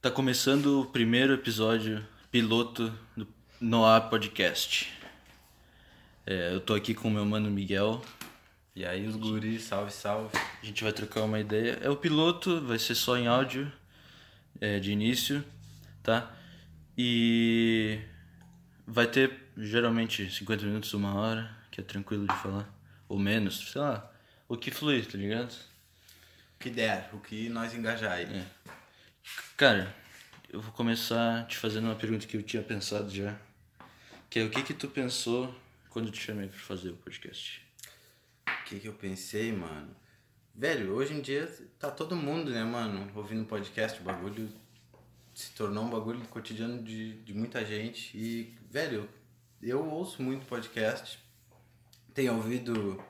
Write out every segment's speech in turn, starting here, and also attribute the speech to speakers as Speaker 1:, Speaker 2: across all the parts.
Speaker 1: Tá começando o primeiro episódio piloto do Noah Podcast. É, eu tô aqui com o meu mano Miguel.
Speaker 2: E aí, os guris, salve, salve.
Speaker 1: A gente vai trocar uma ideia. É o piloto, vai ser só em áudio é, de início, tá? E vai ter geralmente 50 minutos, uma hora, que é tranquilo de falar. Ou menos, sei lá. O que flui, tá ligado?
Speaker 2: O que der, o que nós engajar aí.
Speaker 1: Cara, eu vou começar te fazendo uma pergunta que eu tinha pensado já. Que é o que que tu pensou quando eu te chamei pra fazer o podcast?
Speaker 2: O que que eu pensei, mano? Velho, hoje em dia tá todo mundo, né, mano, ouvindo podcast, o bagulho se tornou um bagulho cotidiano de, de muita gente. E, velho, eu ouço muito podcast. Tenho ouvido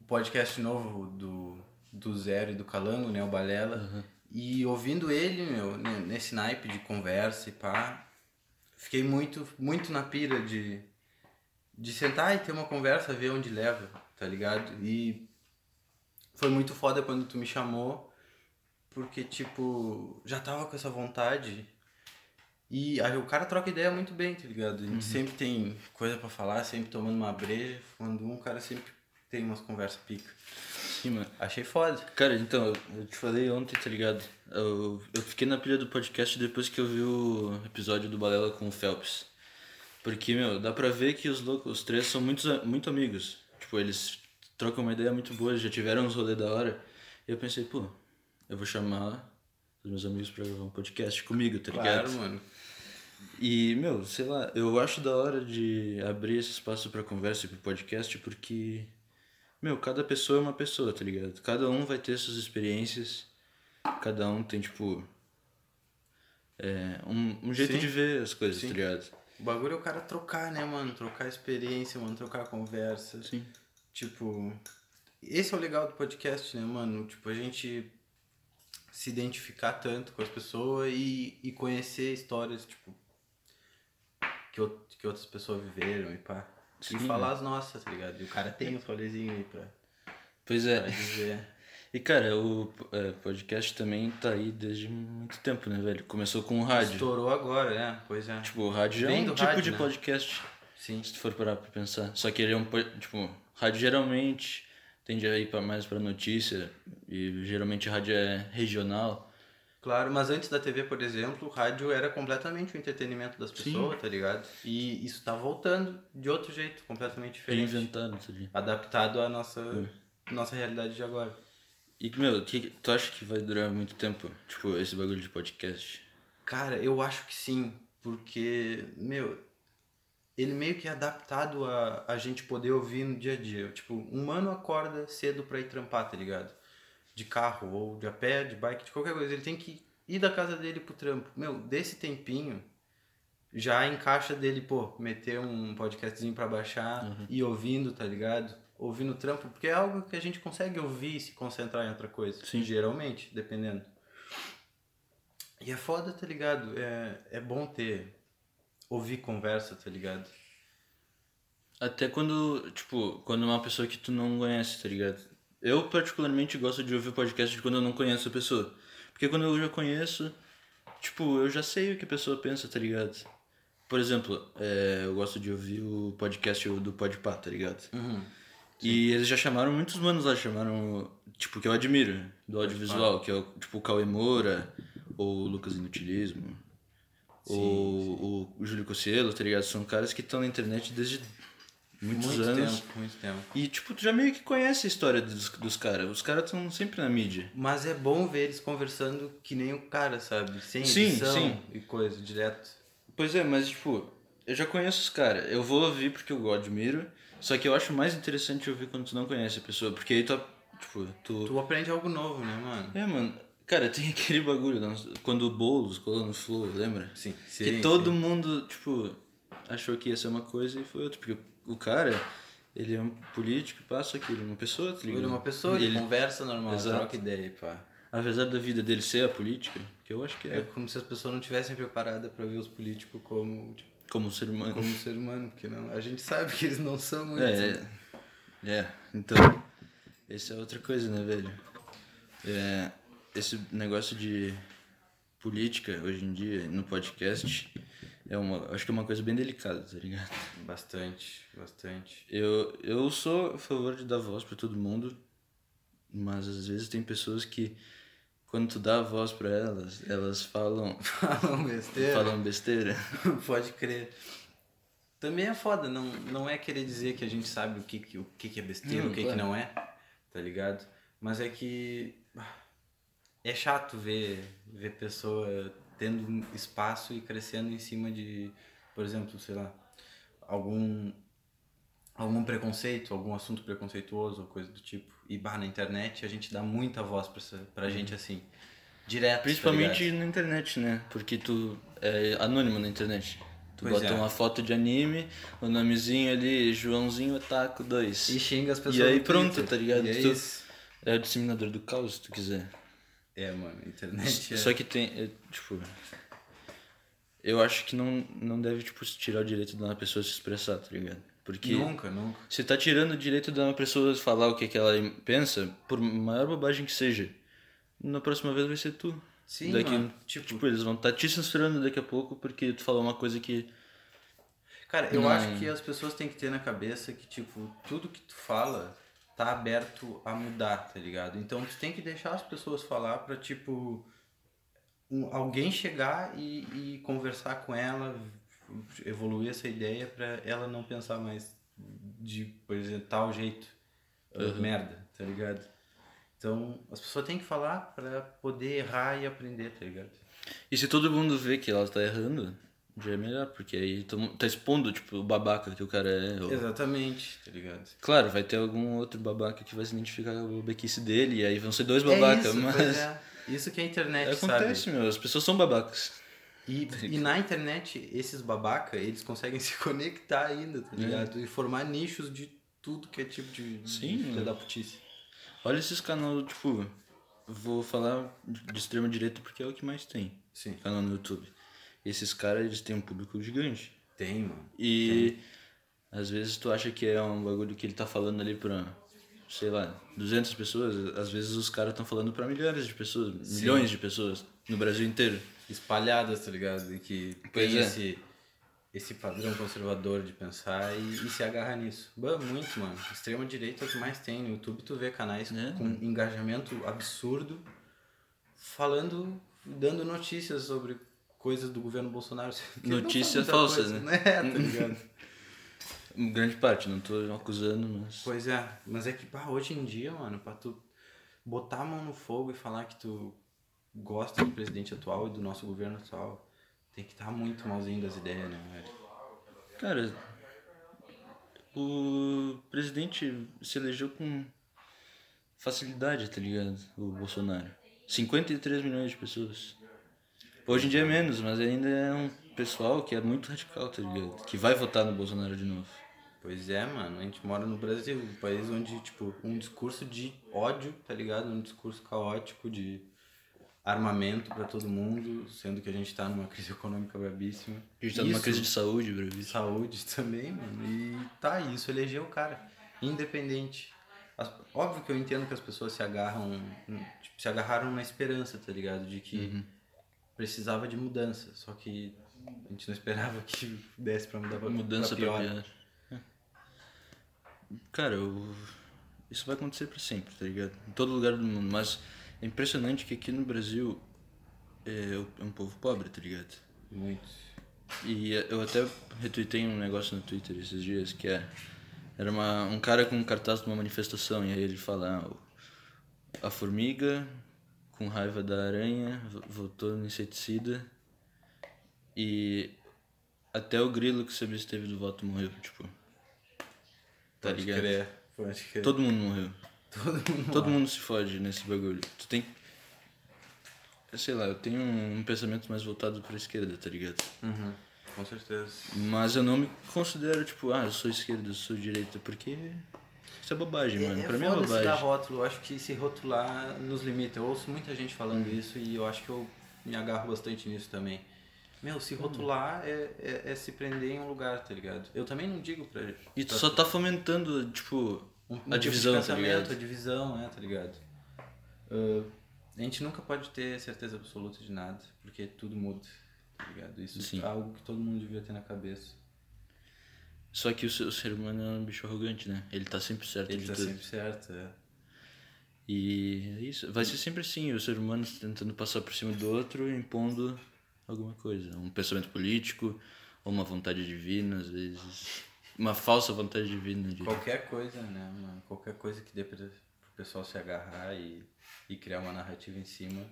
Speaker 2: o podcast novo do, do Zero e do Calango, né, o Balela. E ouvindo ele, meu, ne- nesse naipe de conversa e pá, fiquei muito, muito na pira de, de sentar e ter uma conversa, ver onde leva, tá ligado? E foi muito foda quando tu me chamou, porque, tipo, já tava com essa vontade. E aí o cara troca ideia muito bem, tá ligado? A gente sempre tem coisa pra falar, sempre tomando uma breja, quando um, o cara sempre tem umas conversas pica.
Speaker 1: Sim, mano.
Speaker 2: Achei foda.
Speaker 1: Cara, então, eu, eu te falei ontem, tá ligado? Eu, eu fiquei na pilha do podcast depois que eu vi o episódio do Balela com o Phelps. Porque, meu, dá pra ver que os loucos, os três são muito, muito amigos. Tipo, eles trocam uma ideia muito boa, já tiveram uns rolês da hora. E eu pensei, pô, eu vou chamar os meus amigos pra gravar um podcast comigo, tá ligado?
Speaker 2: Claro, mano.
Speaker 1: E, meu, sei lá, eu acho da hora de abrir esse espaço pra conversa e pro podcast, porque, meu, cada pessoa é uma pessoa, tá ligado? Cada um vai ter suas experiências, cada um tem, tipo, é, um, um jeito
Speaker 2: Sim.
Speaker 1: de ver as coisas, tá ligado?
Speaker 2: O bagulho é o cara trocar, né, mano? Trocar experiência, mano, trocar conversa.
Speaker 1: Sim.
Speaker 2: Tipo, esse é o legal do podcast, né, mano? Tipo, a gente se identificar tanto com as pessoas e, e conhecer histórias, tipo, que, out- que outras pessoas viveram e pá.
Speaker 1: Sim, né?
Speaker 2: e falar as nossas, tá ligado? E o cara tem os rolezinhos aí pra,
Speaker 1: Pois
Speaker 2: pra
Speaker 1: é.
Speaker 2: dizer.
Speaker 1: E, cara, o é, podcast também tá aí desde muito tempo, né, velho? Começou com o rádio.
Speaker 2: Estourou agora, né? Pois é.
Speaker 1: Tipo, o rádio já é
Speaker 2: Vem
Speaker 1: um
Speaker 2: do
Speaker 1: tipo
Speaker 2: rádio,
Speaker 1: de
Speaker 2: né?
Speaker 1: podcast.
Speaker 2: Sim.
Speaker 1: se tu for parar pra pensar. Só que ele é um. po- Tipo, rádio geralmente tende a ir pra mais pra notícia, e geralmente rádio é regional.
Speaker 2: Claro, mas antes da TV, por exemplo, o rádio era completamente o entretenimento das pessoas, tá ligado? E isso tá voltando de outro jeito, completamente diferente.
Speaker 1: Reinventado, tá ligado?
Speaker 2: Adaptado à nossa, nossa realidade de agora.
Speaker 1: E, meu, que, tu acha que vai durar muito tempo? Tipo, esse bagulho de podcast?
Speaker 2: Cara, eu acho que sim, porque, meu, ele meio que é adaptado a, a gente poder ouvir no dia a dia. Tipo, um mano acorda cedo pra ir trampar, tá ligado? De carro, ou de a pé, de bike, de qualquer coisa. Ele tem que ir da casa dele pro trampo. Meu, desse tempinho, já encaixa dele, pô, meter um podcastzinho pra baixar e ir ouvindo, tá ligado? Ouvindo o trampo, porque é algo que a gente consegue ouvir e se concentrar em outra coisa.
Speaker 1: Sim.
Speaker 2: Geralmente, dependendo. E é foda, tá ligado? É, é bom ter. Ouvir conversa, tá ligado?
Speaker 1: Até quando, tipo, quando é uma pessoa que tu não conhece, tá ligado? Eu particularmente gosto de ouvir podcast de quando eu não conheço a pessoa. Porque quando eu já conheço, tipo, eu já sei o que a pessoa pensa, tá ligado? Por exemplo, é, eu gosto de ouvir o podcast do Podpah, tá ligado? E eles já chamaram muitos manos lá, chamaram, tipo, que eu admiro, do audiovisual, que é o, tipo o Cauê Moura, ou o Lucas Inutilismo, ou o Júlio Cossielo, tá ligado? São caras que estão na internet desde muitos
Speaker 2: muito
Speaker 1: anos.
Speaker 2: tempo, muito tempo.
Speaker 1: E, tipo, tu já meio que conhece a história dos, dos caras. Os caras estão sempre na mídia.
Speaker 2: Mas é bom ver eles conversando que nem o cara, sabe? Sem
Speaker 1: Sim,
Speaker 2: edição
Speaker 1: sim.
Speaker 2: e coisa, direto.
Speaker 1: Pois é, mas, tipo, eu já conheço os caras. Eu vou ouvir porque eu admiro. Só que eu acho mais interessante ouvir quando tu não conhece a pessoa. Porque aí tu, tipo, tu
Speaker 2: Tu aprende algo novo, né, mano?
Speaker 1: É, mano. Cara, tem aquele bagulho, não? quando o Boulos colou no Flow, lembra?
Speaker 2: Sim,
Speaker 1: que todo mundo, tipo, achou que ia ser uma coisa e foi outra. Porque o cara, ele é um político, passa aquilo, ele é uma pessoa, tá
Speaker 2: Ele
Speaker 1: ligado?
Speaker 2: é uma pessoa, ele,
Speaker 1: Ele-
Speaker 2: conversa normal,
Speaker 1: Exato.
Speaker 2: troca ideia, e pá.
Speaker 1: Apesar da vida dele ser a política, que eu acho que
Speaker 2: É
Speaker 1: é,
Speaker 2: como se as pessoas não tivessem preparada pra ver os políticos como, tipo,
Speaker 1: como ser humano.
Speaker 2: como ser humano, porque não, a gente sabe que eles não são muito. assim. né?
Speaker 1: É, é, é. Então, essa é outra coisa, né, velho? É, esse negócio de política hoje em dia no podcast é uma. Acho que é uma coisa bem delicada, tá ligado?
Speaker 2: Bastante, bastante.
Speaker 1: Eu, eu sou a favor de dar voz pra todo mundo, mas às vezes tem pessoas que, quando tu dá a voz pra elas, elas falam,
Speaker 2: Falam besteira.
Speaker 1: falam besteira.
Speaker 2: Pode crer. Também é foda, não, não é querer dizer que a gente sabe o que, que- o que, que é besteira,
Speaker 1: Hum,
Speaker 2: o que,
Speaker 1: claro.
Speaker 2: que não é, tá ligado? Mas é que. ah, É chato ver, ver pessoa tendo um espaço e crescendo em cima de, por exemplo, sei lá, algum. Algum preconceito, algum assunto preconceituoso ou coisa do tipo. E bah, na internet a gente dá muita voz pra, essa- pra gente assim. Direto. tá ligado?
Speaker 1: Uhum. Principalmente na internet, né? Porque tu é anônimo na internet. Tu
Speaker 2: Pois
Speaker 1: bota
Speaker 2: é.
Speaker 1: uma foto de anime, o nomezinho ali, Joãozinho Otaku 2.
Speaker 2: E xinga as pessoas.
Speaker 1: aí
Speaker 2: no
Speaker 1: pronto,
Speaker 2: Twitter.
Speaker 1: tá ligado?
Speaker 2: E é
Speaker 1: Tu-
Speaker 2: isso.
Speaker 1: É o disseminador do caos, se tu quiser.
Speaker 2: É, mano, a internet é...
Speaker 1: Só que tem, é, tipo... Eu acho que não, não deve, tipo, se tirar o direito de uma pessoa se expressar, tá ligado? Porque
Speaker 2: Nunca, nunca.
Speaker 1: você tá tirando o direito de uma pessoa falar o que, que ela pensa, por maior bobagem que seja. Na próxima vez vai ser tu.
Speaker 2: Sim,
Speaker 1: daqui,
Speaker 2: mano,
Speaker 1: tipo...
Speaker 2: tipo-
Speaker 1: eles vão estar te censurando daqui a pouco porque tu falou uma coisa que...
Speaker 2: Cara, eu
Speaker 1: Não.
Speaker 2: acho que as pessoas têm que ter na cabeça que, tipo, tudo que tu fala tá aberto a mudar, tá ligado? Então tu tem que deixar as pessoas falar pra, tipo, um- alguém chegar e, e conversar com ela, evoluir essa ideia pra ela não pensar mais de, por exemplo, tal jeito. ah, Merda, tá ligado? Então, as pessoas têm que falar pra poder errar e aprender, tá ligado?
Speaker 1: E se todo mundo vê que ela tá errando, já é melhor, porque aí todo mundo tá expondo, tipo, o babaca que o cara é. ou-
Speaker 2: Exatamente, tá ligado?
Speaker 1: Claro, vai ter algum outro babaca que vai se identificar com a babaquice dele, e aí vão ser dois babacas,
Speaker 2: é isso,
Speaker 1: mas.
Speaker 2: pois é. Isso que é a internet,
Speaker 1: Acontece,
Speaker 2: sabe?
Speaker 1: meu, as pessoas são babacas.
Speaker 2: E, e na internet, esses babaca, eles conseguem se conectar ainda, tá ligado? E formar nichos de tudo que é tipo de,
Speaker 1: Sim,
Speaker 2: de filha
Speaker 1: né?
Speaker 2: da putice.
Speaker 1: Olha esses canal, tipo, vou falar de extrema direita porque é o que mais tem.
Speaker 2: Sim.
Speaker 1: Canal no YouTube. Esses caras, eles têm um público gigante.
Speaker 2: Tem, mano.
Speaker 1: E às vezes tu acha que é um bagulho que ele tá falando ali pra, sei lá, 200 pessoas, às vezes os caras estão falando pra milhares de pessoas, milhões de pessoas no Brasil inteiro.
Speaker 2: Espalhadas, tá ligado? E que
Speaker 1: Pois
Speaker 2: tem
Speaker 1: é.
Speaker 2: esse, esse padrão conservador de pensar e, e se agarra nisso. Bah, muito, mano. Extrema direita é o que mais tem. No YouTube tu vê canais
Speaker 1: É.
Speaker 2: com engajamento absurdo falando, dando notícias sobre coisas do governo Bolsonaro. Que não
Speaker 1: Notícias
Speaker 2: foi muita
Speaker 1: falsas,
Speaker 2: coisa,
Speaker 1: né?
Speaker 2: É, tá ligado?
Speaker 1: Em Grande parte, não tô acusando, mas
Speaker 2: pois é, mas é que pá, hoje em dia, mano, pra tu botar a mão no fogo e falar que tu gosta do presidente atual e do nosso governo atual, tem que estar muito malzinho das ideias, né, velho?
Speaker 1: cara, o presidente se elegeu com facilidade, tá ligado? O Bolsonaro. 53 milhões de pessoas. Hoje em dia é menos, mas ainda é um pessoal que é muito radical, tá ligado? Que vai votar no Bolsonaro de novo.
Speaker 2: Pois é, mano, a gente mora no Brasil, um país onde, tipo, um discurso de ódio, tá ligado? Um discurso caótico de armamento pra todo mundo, sendo que a gente tá numa crise econômica brabíssima.
Speaker 1: A gente tá numa
Speaker 2: Isso.
Speaker 1: crise de saúde, Brasil.
Speaker 2: de saúde também, mano. E tá isso, elegeu o cara. Independente. As- óbvio que eu entendo que as pessoas se agarram, tipo, se agarraram na esperança, tá ligado? De que
Speaker 1: Uhum.
Speaker 2: precisava de mudança. Só que a gente não esperava que desse pra mudar pra,
Speaker 1: é Mudança
Speaker 2: pra
Speaker 1: pra
Speaker 2: pior.
Speaker 1: pior. Cara, eu... isso vai acontecer pra sempre, tá ligado? Em todo lugar do mundo. Mas é impressionante que aqui no Brasil é o- é um povo pobre, tá ligado?
Speaker 2: Muito.
Speaker 1: E eu até retuitei um negócio no Twitter esses dias que é. Era uma, um cara com um cartaz de uma manifestação e aí ele fala: ah, o- A formiga com raiva da aranha vo- votou no inseticida e até o grilo que se absteve do voto morreu. Tipo, tá
Speaker 2: Pode
Speaker 1: ligado?
Speaker 2: crer. Pode crer.
Speaker 1: Todo mundo morreu.
Speaker 2: Todo mundo.
Speaker 1: Todo mundo se fode nesse bagulho. Tu tem. Sei lá, eu tenho um pensamento mais voltado pra esquerda, tá ligado?
Speaker 2: Uhum. Com certeza.
Speaker 1: Mas eu não me considero, tipo, ah, eu sou esquerda, eu sou direita, porque isso é bobagem, mano. pra mim é
Speaker 2: foda se dar
Speaker 1: bobagem.
Speaker 2: rótulo, eu acho que se rotular nos limita. Eu ouço muita gente falando
Speaker 1: Hum.
Speaker 2: isso e eu acho que eu me agarro bastante nisso também. Meu,
Speaker 1: Hum.
Speaker 2: se rotular é, é, é se prender em um lugar, tá ligado? Eu também não digo pra. um,
Speaker 1: E tu só tá fomentando, tipo, a divisão, tá
Speaker 2: pensamento,
Speaker 1: ligado?
Speaker 2: A divisão, é, tá ligado? Ah, A gente nunca pode ter certeza absoluta de nada, porque tudo muda, tá ligado? Isso
Speaker 1: Sim.
Speaker 2: é algo que todo mundo devia ter na cabeça.
Speaker 1: Só que o ser, o ser humano é um bicho arrogante, né? Ele tá sempre certo
Speaker 2: Ele
Speaker 1: de
Speaker 2: tá
Speaker 1: tudo.
Speaker 2: sempre certo, é.
Speaker 1: E é isso. Vai ser sempre assim, o ser humano tentando passar por cima do outro, impondo alguma coisa. Um pensamento político, ou uma vontade divina, às vezes. Uma falsa vontade divina. De...
Speaker 2: Qualquer coisa, né, mano? Qualquer coisa que dê pra, pro pessoal se agarrar e, e criar uma narrativa em cima,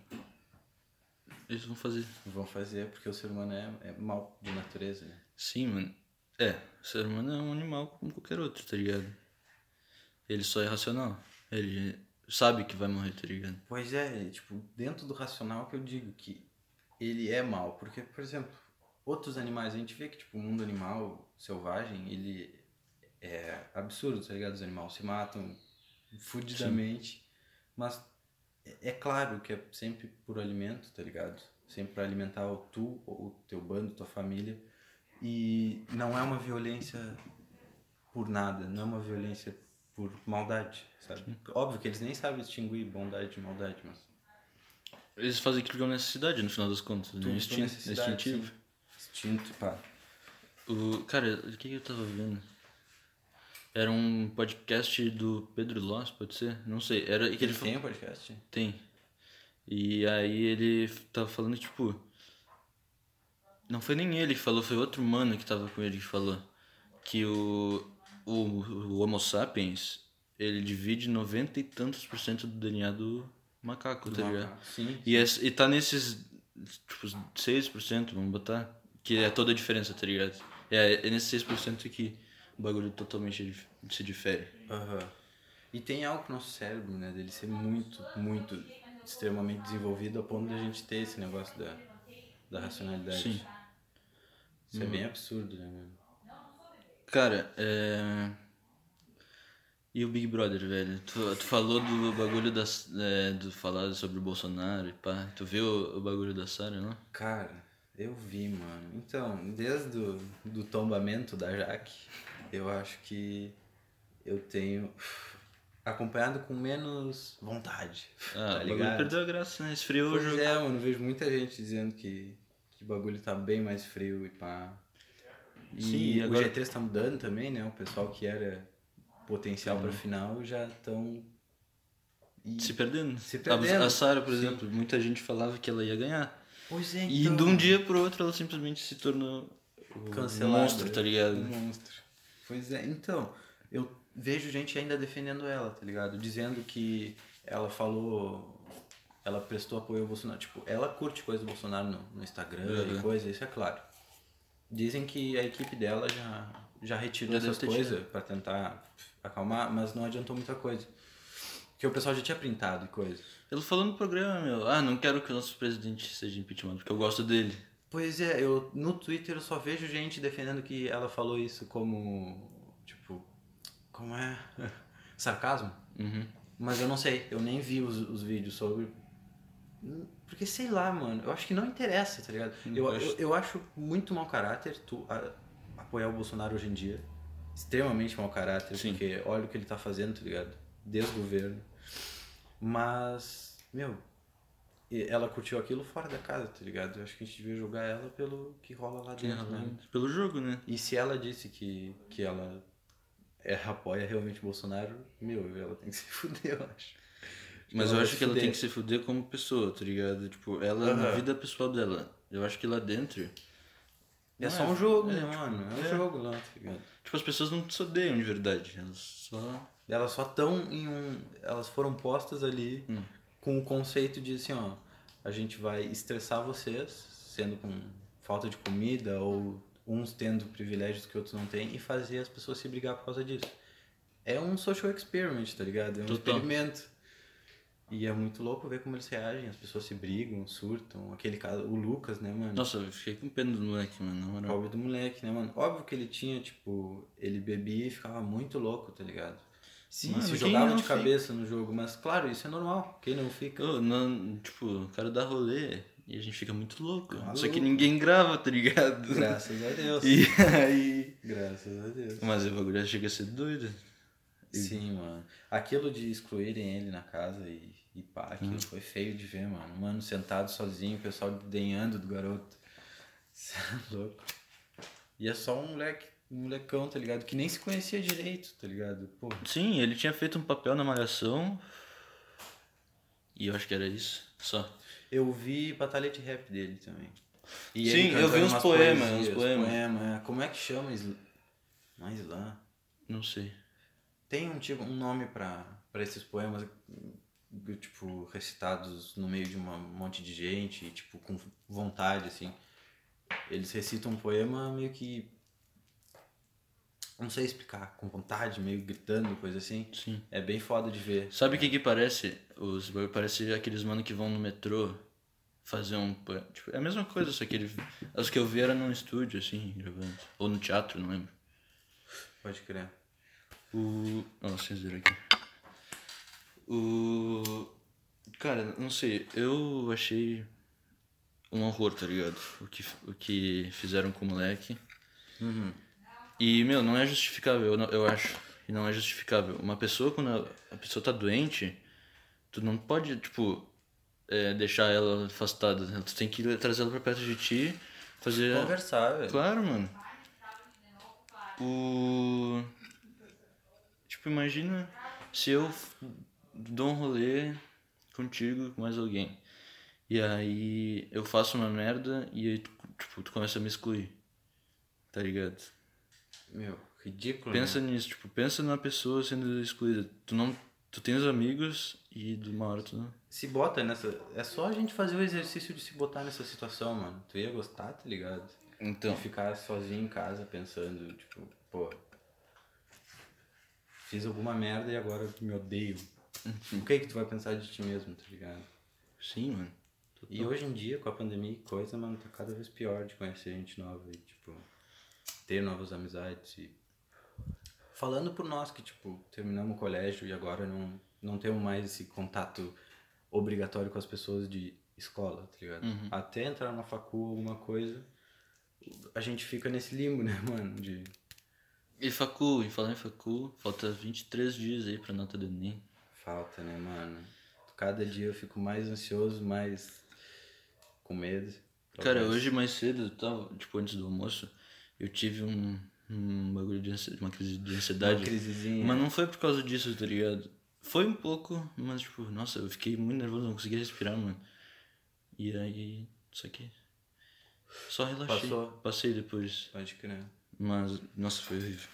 Speaker 1: Eles vão fazer.
Speaker 2: vão fazer, porque o ser humano é, é mal de natureza, né?
Speaker 1: Sim, mano. É, o ser humano é um animal como qualquer outro, tá ligado? Ele só é racional. Ele sabe que vai morrer, tá ligado?
Speaker 2: Pois é, e, tipo, dentro do racional que eu digo que ele é mal, porque, por exemplo, outros animais, a gente vê que, tipo, o mundo animal selvagem, ele é absurdo, tá ligado? Os animais se matam fudidamente, mas é- é claro que é sempre por alimento, tá ligado? Sempre pra alimentar o tu, o teu bando, tua família, e não é uma violência por nada, não é uma violência por maldade, sabe? Óbvio que eles nem sabem distinguir bondade de maldade, mas
Speaker 1: Eles fazem aquilo que é uma necessidade, no final das contas. né?
Speaker 2: tudo por
Speaker 1: Instin-
Speaker 2: necessidade,
Speaker 1: instintivo.
Speaker 2: sim. Instinto, pá.
Speaker 1: O, cara, o que que eu tava vendo? Era um podcast do Pedro Loss, pode ser? Não sei. Era É que ele
Speaker 2: Ele
Speaker 1: fa-
Speaker 2: tem um podcast?
Speaker 1: tem. E aí ele f- tava falando, tipo. Não foi nem ele que falou, foi outro mano que tava com ele que falou. Que o, o, o Homo sapiens, ele divide 90 e tantos por cento do DNA do macaco, tá ligado?
Speaker 2: Sim.
Speaker 1: E, es- e tá nesses, tipo, 6%, vamos botar, que é toda a diferença, tá ligado? É, é nesses 6% que o bagulho totalmente dif- se difere.
Speaker 2: Aham. E tem algo no nosso cérebro, né? Dele ser muito, muito extremamente desenvolvido a ponto de a gente ter esse negócio da, da racionalidade.
Speaker 1: Sim. Uhum.
Speaker 2: Isso é bem absurdo, né, mano?
Speaker 1: Cara, é... E o Big Brother, velho? Tu, tu falou do bagulho das, é, do falar sobre o Bolsonaro e pá. Tu viu o, o bagulho da Sarah, não? Ah,
Speaker 2: Cara, eu vi, mano. Então, desde o do tombamento da Jaque, eu acho que eu tenho acompanhado com menos vontade.
Speaker 1: Ah,
Speaker 2: tá
Speaker 1: o bagulho
Speaker 2: ligado?
Speaker 1: perdeu a graça, né? Esfriou o
Speaker 2: Pois
Speaker 1: jogo.
Speaker 2: é, mano, vejo muita gente dizendo que, que o bagulho tá bem mais frio e pá. E
Speaker 1: Sim, e
Speaker 2: o
Speaker 1: agora-
Speaker 2: G3 tá mudando também, né? O pessoal que era potencial pra final já estão.
Speaker 1: Se perdendo.
Speaker 2: Se perdendo.
Speaker 1: A, a Sarah, por
Speaker 2: Sim.
Speaker 1: exemplo, muita gente falava que ela ia ganhar.
Speaker 2: Pois é,
Speaker 1: E de um dia pro outro ela simplesmente se tornou o
Speaker 2: Cancelada.
Speaker 1: monstro, tá ligado?
Speaker 2: Um monstro. Pois é, então, eu vejo gente ainda defendendo ela, tá ligado? Dizendo que ela falou. Ela prestou apoio ao Bolsonaro. Tipo, ela curte coisa do Bolsonaro no, no Instagram e
Speaker 1: Uhum.
Speaker 2: coisa, isso é claro. Dizem que a equipe dela já, já retirou
Speaker 1: Já deve
Speaker 2: essas
Speaker 1: ter
Speaker 2: coisas pra tentar acalmar, mas não adiantou muita coisa. Porque o pessoal já tinha printado e coisa.
Speaker 1: Ele falou no programa, meu, ah, não quero que o nosso presidente seja impeachment, porque eu gosto dele.
Speaker 2: Pois é, eu no Twitter eu só vejo gente defendendo que ela falou isso como. Tipo. Como é? Sarcasmo?
Speaker 1: Uhum.
Speaker 2: Mas eu não sei, eu nem vi os, os vídeos sobre. Hum, Porque sei lá, mano, eu acho que não interessa, tá ligado?
Speaker 1: Não
Speaker 2: Eu,
Speaker 1: acho.
Speaker 2: eu, eu acho muito mau caráter tu a- apoiar o Bolsonaro hoje em dia. Extremamente mau caráter,
Speaker 1: Sim.
Speaker 2: porque olha o que ele tá fazendo, tá ligado? Desgoverno. Mas, meu, e- ela curtiu aquilo fora da casa, tá ligado? Eu acho que a gente devia julgar ela pelo que rola lá dentro, né?
Speaker 1: Pelo jogo, né?
Speaker 2: E se ela disse que, que ela é, apoia realmente o Bolsonaro, meu, ela tem que se fuder, eu acho.
Speaker 1: Mas eu
Speaker 2: vai
Speaker 1: acho
Speaker 2: se
Speaker 1: que ela
Speaker 2: fuder.
Speaker 1: tem que se fuder como pessoa, tá ligado? Tipo, ela na
Speaker 2: Aham.
Speaker 1: vida pessoal dela. Eu acho que lá dentro.
Speaker 2: É
Speaker 1: não
Speaker 2: só um jogo,
Speaker 1: é,
Speaker 2: né, mano? É um
Speaker 1: é.
Speaker 2: jogo lá, tá ligado?
Speaker 1: Tipo, as pessoas não se odeiam de verdade. Elas só.
Speaker 2: Elas só estão em um. Elas foram postas ali com o conceito de assim, ó. A gente vai estressar vocês, sendo com falta de comida ou uns tendo privilégios que outros não têm, e fazer as pessoas se brigar por causa disso. É um social experiment, tá ligado? É um
Speaker 1: Total.
Speaker 2: experimento. E é muito louco ver como eles reagem, as pessoas se brigam, surtam. Aquele caso, o Lucas, né, mano?
Speaker 1: Nossa, eu fiquei com pena do moleque, mano. Na moral.
Speaker 2: Pobre do moleque, né, mano? Óbvio que ele tinha, tipo, ele bebia e ficava muito louco, tá ligado?
Speaker 1: Sim,
Speaker 2: Mano,
Speaker 1: sim,
Speaker 2: se
Speaker 1: quem
Speaker 2: jogava
Speaker 1: não
Speaker 2: de
Speaker 1: fica?
Speaker 2: cabeça no jogo, mas claro, isso é normal. Quem não fica.
Speaker 1: Ô, não- tipo, o cara dá rolê e a gente fica muito louco. Só que
Speaker 2: Tá louco.
Speaker 1: ninguém grava, tá ligado?
Speaker 2: Graças a Deus.
Speaker 1: E aí.
Speaker 2: Graças a Deus.
Speaker 1: Mas o bagulho chega a ser doido.
Speaker 2: Sim, mano. Aquilo de excluírem ele na casa e, e E pá,
Speaker 1: Hum.
Speaker 2: aquilo foi feio de ver, mano. Mano sentado sozinho, o pessoal denhando do garoto. Cê é louco. E é só um moleque, um molecão, tá ligado? Que nem se conhecia direito, tá ligado? Pô,
Speaker 1: Sim, ele tinha feito um papel na Malhação. E eu acho que era isso. Só.
Speaker 2: eu vi batalha de rap dele também. E
Speaker 1: Sim,
Speaker 2: ele
Speaker 1: eu vi
Speaker 2: cantando
Speaker 1: uns
Speaker 2: umas
Speaker 1: poemas, uns
Speaker 2: poesias,
Speaker 1: poemas.
Speaker 2: é. Como é que chama isso? Mas lá.
Speaker 1: Não sei.
Speaker 2: Tem um tipo um nome pra pra esses poemas tipo recitados no meio de uma- um monte de gente e tipo com vontade assim. Eles recitam um poema meio que não sei explicar, com vontade, meio gritando, coisa assim.
Speaker 1: Sim.
Speaker 2: É bem foda de ver.
Speaker 1: Sabe o que que parece? Os bagulho parece aqueles mano que vão no metrô fazer um. po- Tipo, é a mesma coisa, só que ele. As que eu vi era num estúdio, assim, gravando. Ou no teatro, não lembro.
Speaker 2: Pode crer.
Speaker 1: O. Ó, vocês viram aqui. O. Cara, não sei, eu achei um horror, tá ligado? O que, o que fizeram com o moleque. E, meu, não é justificável, eu, não- eu acho. E não é justificável. Uma pessoa, quando a, a pessoa tá doente, tu não pode, tipo, é, deixar ela afastada. né? Tu tem que trazer ela pra perto de ti, fazer.
Speaker 2: Conversar, velho.
Speaker 1: Claro, mano. O. Tipo, imagina se eu f- dou um rolê contigo com mais alguém. E aí eu faço uma merda e aí tu, tipo, tu começa a me excluir. Tá ligado?
Speaker 2: Meu, ridículo. né?
Speaker 1: Pensa nisso, tipo, pensa numa pessoa sendo excluída. Tu não. Tu tem os amigos e de uma hora tu não.
Speaker 2: se bota nessa. É só a gente fazer o exercício de se botar nessa situação, mano. Tu ia gostar, tá ligado?
Speaker 1: Então.
Speaker 2: E ficar sozinho em casa pensando, tipo, pô. Fiz alguma merda e agora eu me odeio. O que é que tu vai pensar de ti mesmo, tá ligado?
Speaker 1: Sim, mano.
Speaker 2: E hoje em dia, com a pandemia e coisa, mano, tá cada vez pior de conhecer gente nova e, tipo, ter novas amizades e... Falando por nós que, tipo, terminamos o colégio e agora não, não temos mais esse contato obrigatório com as pessoas de escola, tá ligado?
Speaker 1: Uhum.
Speaker 2: Até entrar na facu, alguma coisa, a gente fica nesse limbo, né, mano, de...
Speaker 1: E Facu, em falar em Facu, falta 23 dias aí pra nota do Enem.
Speaker 2: Falta, né, mano? Cada dia eu fico mais ansioso, mais com medo.
Speaker 1: Cara,
Speaker 2: talvez.
Speaker 1: hoje mais cedo, eu tava, tipo, antes do almoço, eu tive um, um bagulho de ansiedade, uma crise de ansiedade.
Speaker 2: Uma crisezinha.
Speaker 1: Mas não foi por causa disso, tá ligado? Foi um pouco, mas tipo, nossa, eu fiquei muito nervoso, não conseguia respirar, mano. E aí, isso aqui. Só relaxei.
Speaker 2: Passou?
Speaker 1: Passei depois.
Speaker 2: Pode crer.
Speaker 1: Mas, nossa, foi horrível.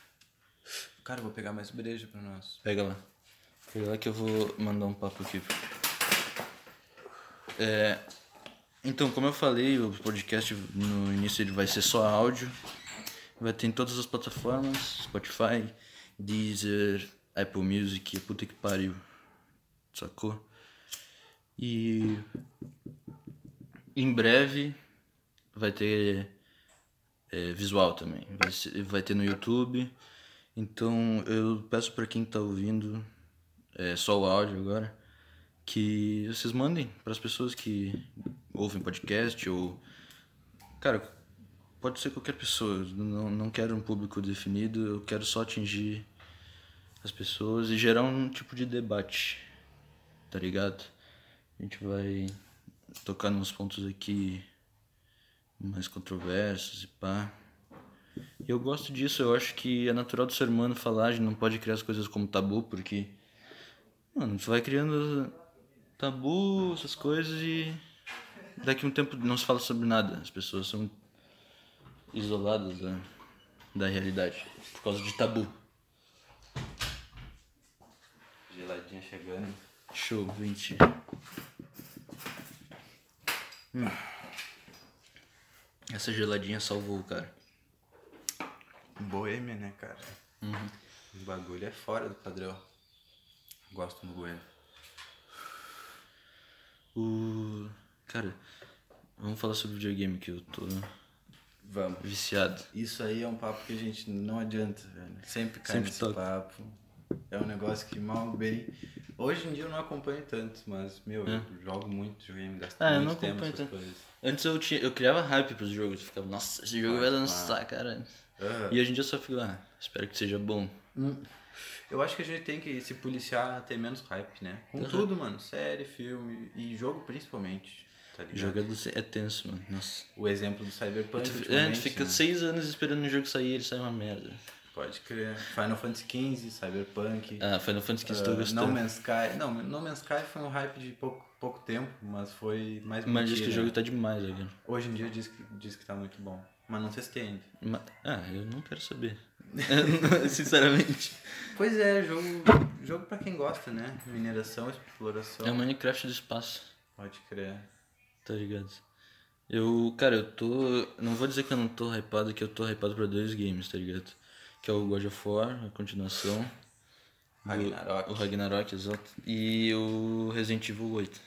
Speaker 2: Cara, eu vou pegar mais breja pra nós.
Speaker 1: Pega lá. Pega lá que eu vou mandar um papo aqui. É, então, como eu falei, o podcast no início ele vai ser só áudio. Vai ter em todas as plataformas, Spotify, Deezer, Apple Music, puta que pariu. Sacou? E em breve vai ter é, visual também. Vai, ser- vai ter no YouTube. Então eu peço pra quem tá ouvindo, é, só o áudio agora, que vocês mandem pras pessoas que ouvem podcast ou. Cara, pode ser qualquer pessoa. eu Não, não quero um público definido, eu quero só atingir as pessoas e gerar um tipo de debate, tá ligado? A gente vai tocar nos pontos aqui mais controversos e pá. E eu gosto disso, eu acho que é natural do ser humano falar, a gente não pode criar as coisas como tabu, porque. Mano, tu vai criando tabu, essas coisas e. Daqui a um tempo não se fala sobre nada, as pessoas são isoladas da, da realidade por causa de tabu.
Speaker 2: Geladinha chegando.
Speaker 1: Show, 20. Hum. Essa geladinha salvou, cara.
Speaker 2: Boêmia, né, cara?
Speaker 1: Uhum.
Speaker 2: O bagulho é fora do padrão. Gosto do boêmio.
Speaker 1: O. Cara, vamos falar sobre videogame que eu tô né?
Speaker 2: Vamos.
Speaker 1: viciado.
Speaker 2: Isso aí é um papo que a gente não adianta, velho. Sempre cai
Speaker 1: Sempre
Speaker 2: nesse
Speaker 1: toca.
Speaker 2: papo. É um negócio que mal ou bem. Hoje em dia eu não acompanho tanto, mas, meu, eu jogo muito, joguei, me gasto
Speaker 1: É. Ah, eu
Speaker 2: muito
Speaker 1: não
Speaker 2: tempo
Speaker 1: acompanho
Speaker 2: nessas
Speaker 1: tanto.
Speaker 2: coisas.
Speaker 1: Antes eu, tinha, eu criava hype pros Ah, jogos, eu ficava, nossa, esse jogo vai lançar, cara.
Speaker 2: Aham.
Speaker 1: E hoje em dia eu só fico, ah, espero que seja bom.
Speaker 2: Eu acho que a gente tem que se policiar a ter menos hype, né? Com
Speaker 1: Uhum.
Speaker 2: tudo, mano. Série, filme e jogo principalmente. Tá ligado?
Speaker 1: Jogando é tenso, mano. Nossa.
Speaker 2: O exemplo do Cyberpunk.
Speaker 1: Tu, é, tu
Speaker 2: ultimamente,
Speaker 1: fica
Speaker 2: né?
Speaker 1: seis anos esperando o jogo sair ele sai uma merda.
Speaker 2: Pode crer. Final Fantasy XV, Cyberpunk.
Speaker 1: Ah, Final Fantasy que estou
Speaker 2: ah, No
Speaker 1: gostando.
Speaker 2: Man's Sky. Não, No Man's Sky foi um hype de pouco, pouco tempo, mas foi mais
Speaker 1: Mas diz que o
Speaker 2: mentira,
Speaker 1: jogo
Speaker 2: né?
Speaker 1: tá demais, velho.
Speaker 2: Hoje em dia diz que, diz que tá muito bom. Mas não sei se tem ainda.
Speaker 1: Ma- Ah, eu não quero saber. Eu- Sinceramente.
Speaker 2: Pois é, jogo, jogo pra quem gosta, né? Mineração, exploração.
Speaker 1: É o Minecraft do espaço.
Speaker 2: Pode crer.
Speaker 1: Tá ligado? Eu, cara, eu tô. Não vou dizer que eu não tô hypado, que eu tô hypado pra dois games, tá ligado? Que é o God of War, a continuação. do-
Speaker 2: Ragnarok.
Speaker 1: O Ragnarok, exato. E o Resident Evil 8.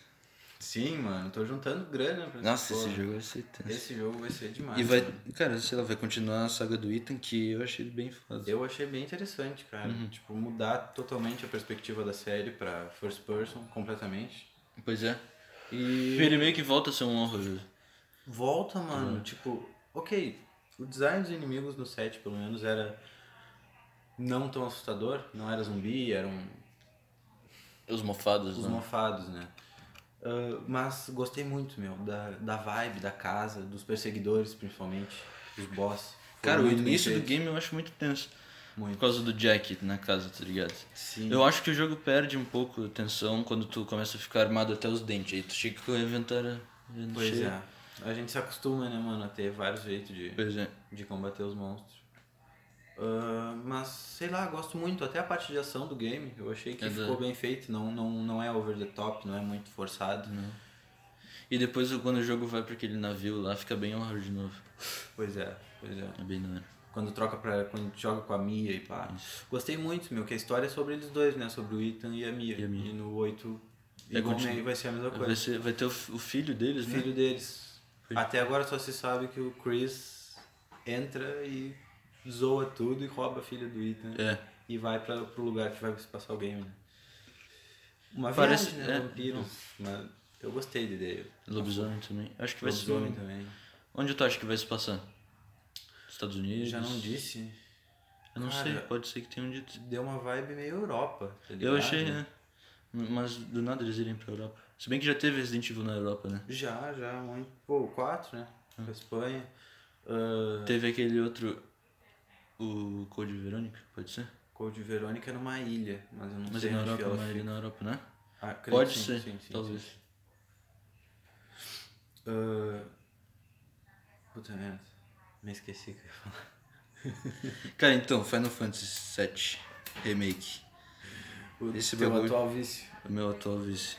Speaker 2: Sim, mano, tô juntando grana pra
Speaker 1: Nossa,
Speaker 2: porra.
Speaker 1: esse é né? jogo vai ser tenso.
Speaker 2: Esse jogo vai ser demais.
Speaker 1: E vai.
Speaker 2: mano.
Speaker 1: Cara, sei lá, vai continuar a saga do Ethan, que eu achei bem foda.
Speaker 2: Eu achei bem interessante, cara.
Speaker 1: Uhum.
Speaker 2: Tipo, mudar totalmente a perspectiva da série pra first person completamente.
Speaker 1: Pois é.
Speaker 2: E
Speaker 1: Ele meio que volta a ser um horror.
Speaker 2: volta,
Speaker 1: Uhum.
Speaker 2: mano. Tipo, ok, o design dos inimigos no set, pelo menos, era não tão assustador. Não era zumbi, eram
Speaker 1: Os mofados,
Speaker 2: os
Speaker 1: né?
Speaker 2: mofados, né? Ah, mas gostei muito, meu, da, da vibe, da casa, dos perseguidores, principalmente, dos boss. Foi
Speaker 1: Cara, o
Speaker 2: muito bem
Speaker 1: início do
Speaker 2: feito.
Speaker 1: game eu acho muito tenso. Por
Speaker 2: Muito.
Speaker 1: causa do Jack na casa, tá ligado?
Speaker 2: Sim.
Speaker 1: Eu acho que o jogo perde um pouco a tensão quando tu começa a ficar armado até os dentes. Aí tu chega com o inventário.
Speaker 2: Pois é. A gente se acostuma, né, mano, a ter vários jeitos de,
Speaker 1: Pois é.
Speaker 2: de combater os monstros. Ah, mas, sei lá, gosto muito. Até a parte de ação do game, eu achei que
Speaker 1: É
Speaker 2: ficou
Speaker 1: da-
Speaker 2: bem feito. Não, não, não é over the top, não é muito forçado.
Speaker 1: E depois quando o jogo vai pra aquele navio lá, fica bem horror de novo.
Speaker 2: Pois é, pois é.
Speaker 1: É bem da hora.
Speaker 2: Quando troca pra. Quando joga com a Mia e pá. Gostei muito, meu, que a história é sobre eles dois, né? Sobre o Ethan e a Mia. E,
Speaker 1: a Mia.
Speaker 2: no 8
Speaker 1: É, continua.
Speaker 2: igualmente vai ser a mesma coisa.
Speaker 1: Vai, ser, vai ter o, fi- o filho deles,
Speaker 2: O
Speaker 1: né?
Speaker 2: filho deles. Até agora só se sabe que o Chris entra e zoa tudo e rouba a filha do Ethan.
Speaker 1: É.
Speaker 2: E vai pra, pro lugar que vai se passar o game, né? Uma
Speaker 1: Parece-
Speaker 2: viagem, né?
Speaker 1: é.
Speaker 2: Vampiro. Mas eu gostei da ideia.
Speaker 1: Lobisomem também. Acho que vai ser.
Speaker 2: Lobisomem então. também.
Speaker 1: Onde tu acha que vai se passar? Estados Unidos?
Speaker 2: Já não disse.
Speaker 1: Eu não
Speaker 2: Cara.
Speaker 1: sei, pode ser que tenham dito.
Speaker 2: Deu uma vibe meio Europa, tá ligado?
Speaker 1: Eu achei, né? Mas do nada eles irem pra Europa. Se bem que já teve Resident Evil na Europa, né?
Speaker 2: Já, já, muito. Pô, o 4, né?
Speaker 1: Hum.
Speaker 2: Com a Espanha. Ah,
Speaker 1: Teve aquele outro. O Code Verônica, pode ser?
Speaker 2: Code Verônica era uma ilha, mas eu não
Speaker 1: Mas é
Speaker 2: sei
Speaker 1: na
Speaker 2: onde
Speaker 1: Europa,
Speaker 2: ela
Speaker 1: mas
Speaker 2: fica.
Speaker 1: é na Europa, né?
Speaker 2: Ah, creio
Speaker 1: Pode
Speaker 2: que sim,
Speaker 1: ser,
Speaker 2: sim, sim,
Speaker 1: talvez.
Speaker 2: sim. Ah, Puta merda. Me esqueci o que eu ia falar.
Speaker 1: Cara, então, Final Fantasy VII Remake.
Speaker 2: O
Speaker 1: Esse
Speaker 2: teu
Speaker 1: bagulho-
Speaker 2: atual vício.
Speaker 1: O meu atual vício.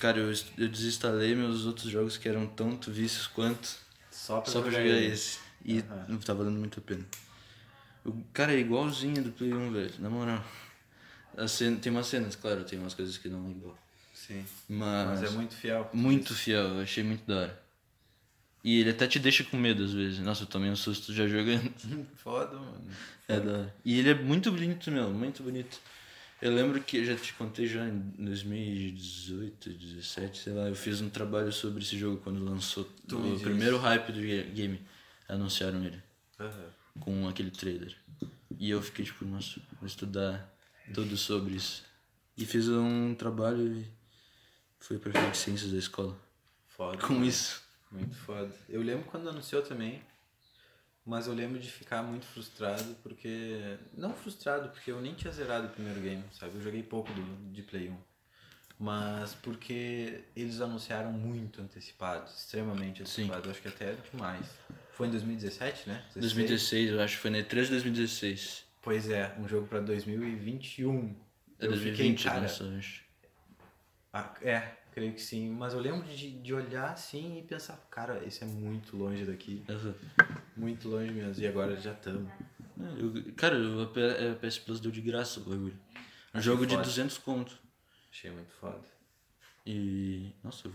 Speaker 1: Cara, eu, est- eu desinstalei meus outros jogos que eram tanto vícios quanto.
Speaker 2: Só pra
Speaker 1: Só pra
Speaker 2: jogar
Speaker 1: jogar
Speaker 2: ele.
Speaker 1: esse. E
Speaker 2: Uhum.
Speaker 1: não tá valendo muito a pena. O cara é igualzinho do Play 1, velho. Na moral. A cena- tem umas cenas, claro, tem umas coisas que não é igual.
Speaker 2: Sim.
Speaker 1: Mas,
Speaker 2: Mas é muito fiel.
Speaker 1: muito fiel, eu achei muito da hora. E ele até te deixa com medo às vezes. Nossa, eu tomei um susto já jogando.
Speaker 2: Foda, mano.
Speaker 1: É da hora. E ele é muito bonito, meu, muito bonito. Eu lembro que eu já te contei já em 2018, 17, sei lá, eu fiz um trabalho sobre esse jogo quando lançou
Speaker 2: Tu me
Speaker 1: o
Speaker 2: disse.
Speaker 1: primeiro hype do ga- game. Anunciaram ele
Speaker 2: Aham.
Speaker 1: com aquele trailer. E eu fiquei tipo, nossa, vou estudar tudo sobre isso. E fiz um trabalho e fui pra Física e Ciências da escola
Speaker 2: Foda.
Speaker 1: com
Speaker 2: mano.
Speaker 1: isso.
Speaker 2: Muito foda. Eu lembro quando anunciou também, mas eu lembro de ficar muito frustrado porque. Não frustrado, porque eu nem tinha zerado o primeiro game, sabe? Eu joguei pouco do, de Play 1. Mas porque eles anunciaram muito antecipado, extremamente antecipado, acho que até é demais. Foi em 2017, né? 16?
Speaker 1: 2016, eu acho que foi na E3 de 2016.
Speaker 2: Pois é, um jogo pra
Speaker 1: É
Speaker 2: 2021. Eu
Speaker 1: 2020,
Speaker 2: fiquei, cara,
Speaker 1: nossa, eu acho.
Speaker 2: Ah, é, creio que sim. Mas eu lembro de, de olhar assim e pensar, cara, isso é muito longe daqui.
Speaker 1: Aham.
Speaker 2: Muito longe mesmo. E agora já estamos.
Speaker 1: É, eu- cara, eu- a P- é, a PS Plus deu de graça o bagulho. Um jogo de
Speaker 2: É foda.
Speaker 1: 200 conto.
Speaker 2: Achei muito foda.
Speaker 1: E. Nossa, eu...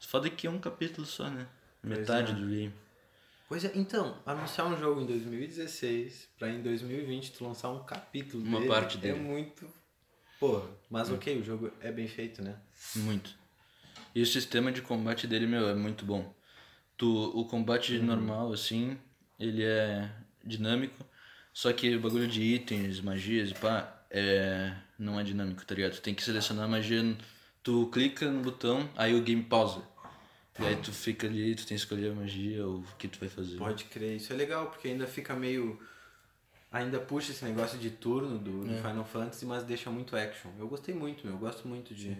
Speaker 1: foda é que é um capítulo só, né?
Speaker 2: Pois
Speaker 1: Metade
Speaker 2: é.
Speaker 1: do game.
Speaker 2: Pois é, então, anunciar um jogo em 2016 pra em 2020 tu lançar um capítulo
Speaker 1: Uma
Speaker 2: dele
Speaker 1: parte
Speaker 2: é
Speaker 1: dele. Hum.
Speaker 2: muito. Porra, mas ok, o jogo é bem feito, né?
Speaker 1: Muito. E o sistema de combate dele, meu, é muito bom.
Speaker 2: Uhum.
Speaker 1: Tu, o combate normal, assim, ele é dinâmico. Só que o bagulho de itens, magias e pá, é... não é dinâmico, tá ligado? Tu tem que selecionar a magia, tu clica no botão, aí o game pausa. E aí tu fica ali, tu tem que escolher a magia ou o que tu vai fazer.
Speaker 2: Pode crer, isso é legal, porque ainda fica meio. Ainda puxa esse negócio de turno do,
Speaker 1: É.
Speaker 2: do Final Fantasy, mas deixa muito action. Eu gostei muito, meu. Eu gosto muito de.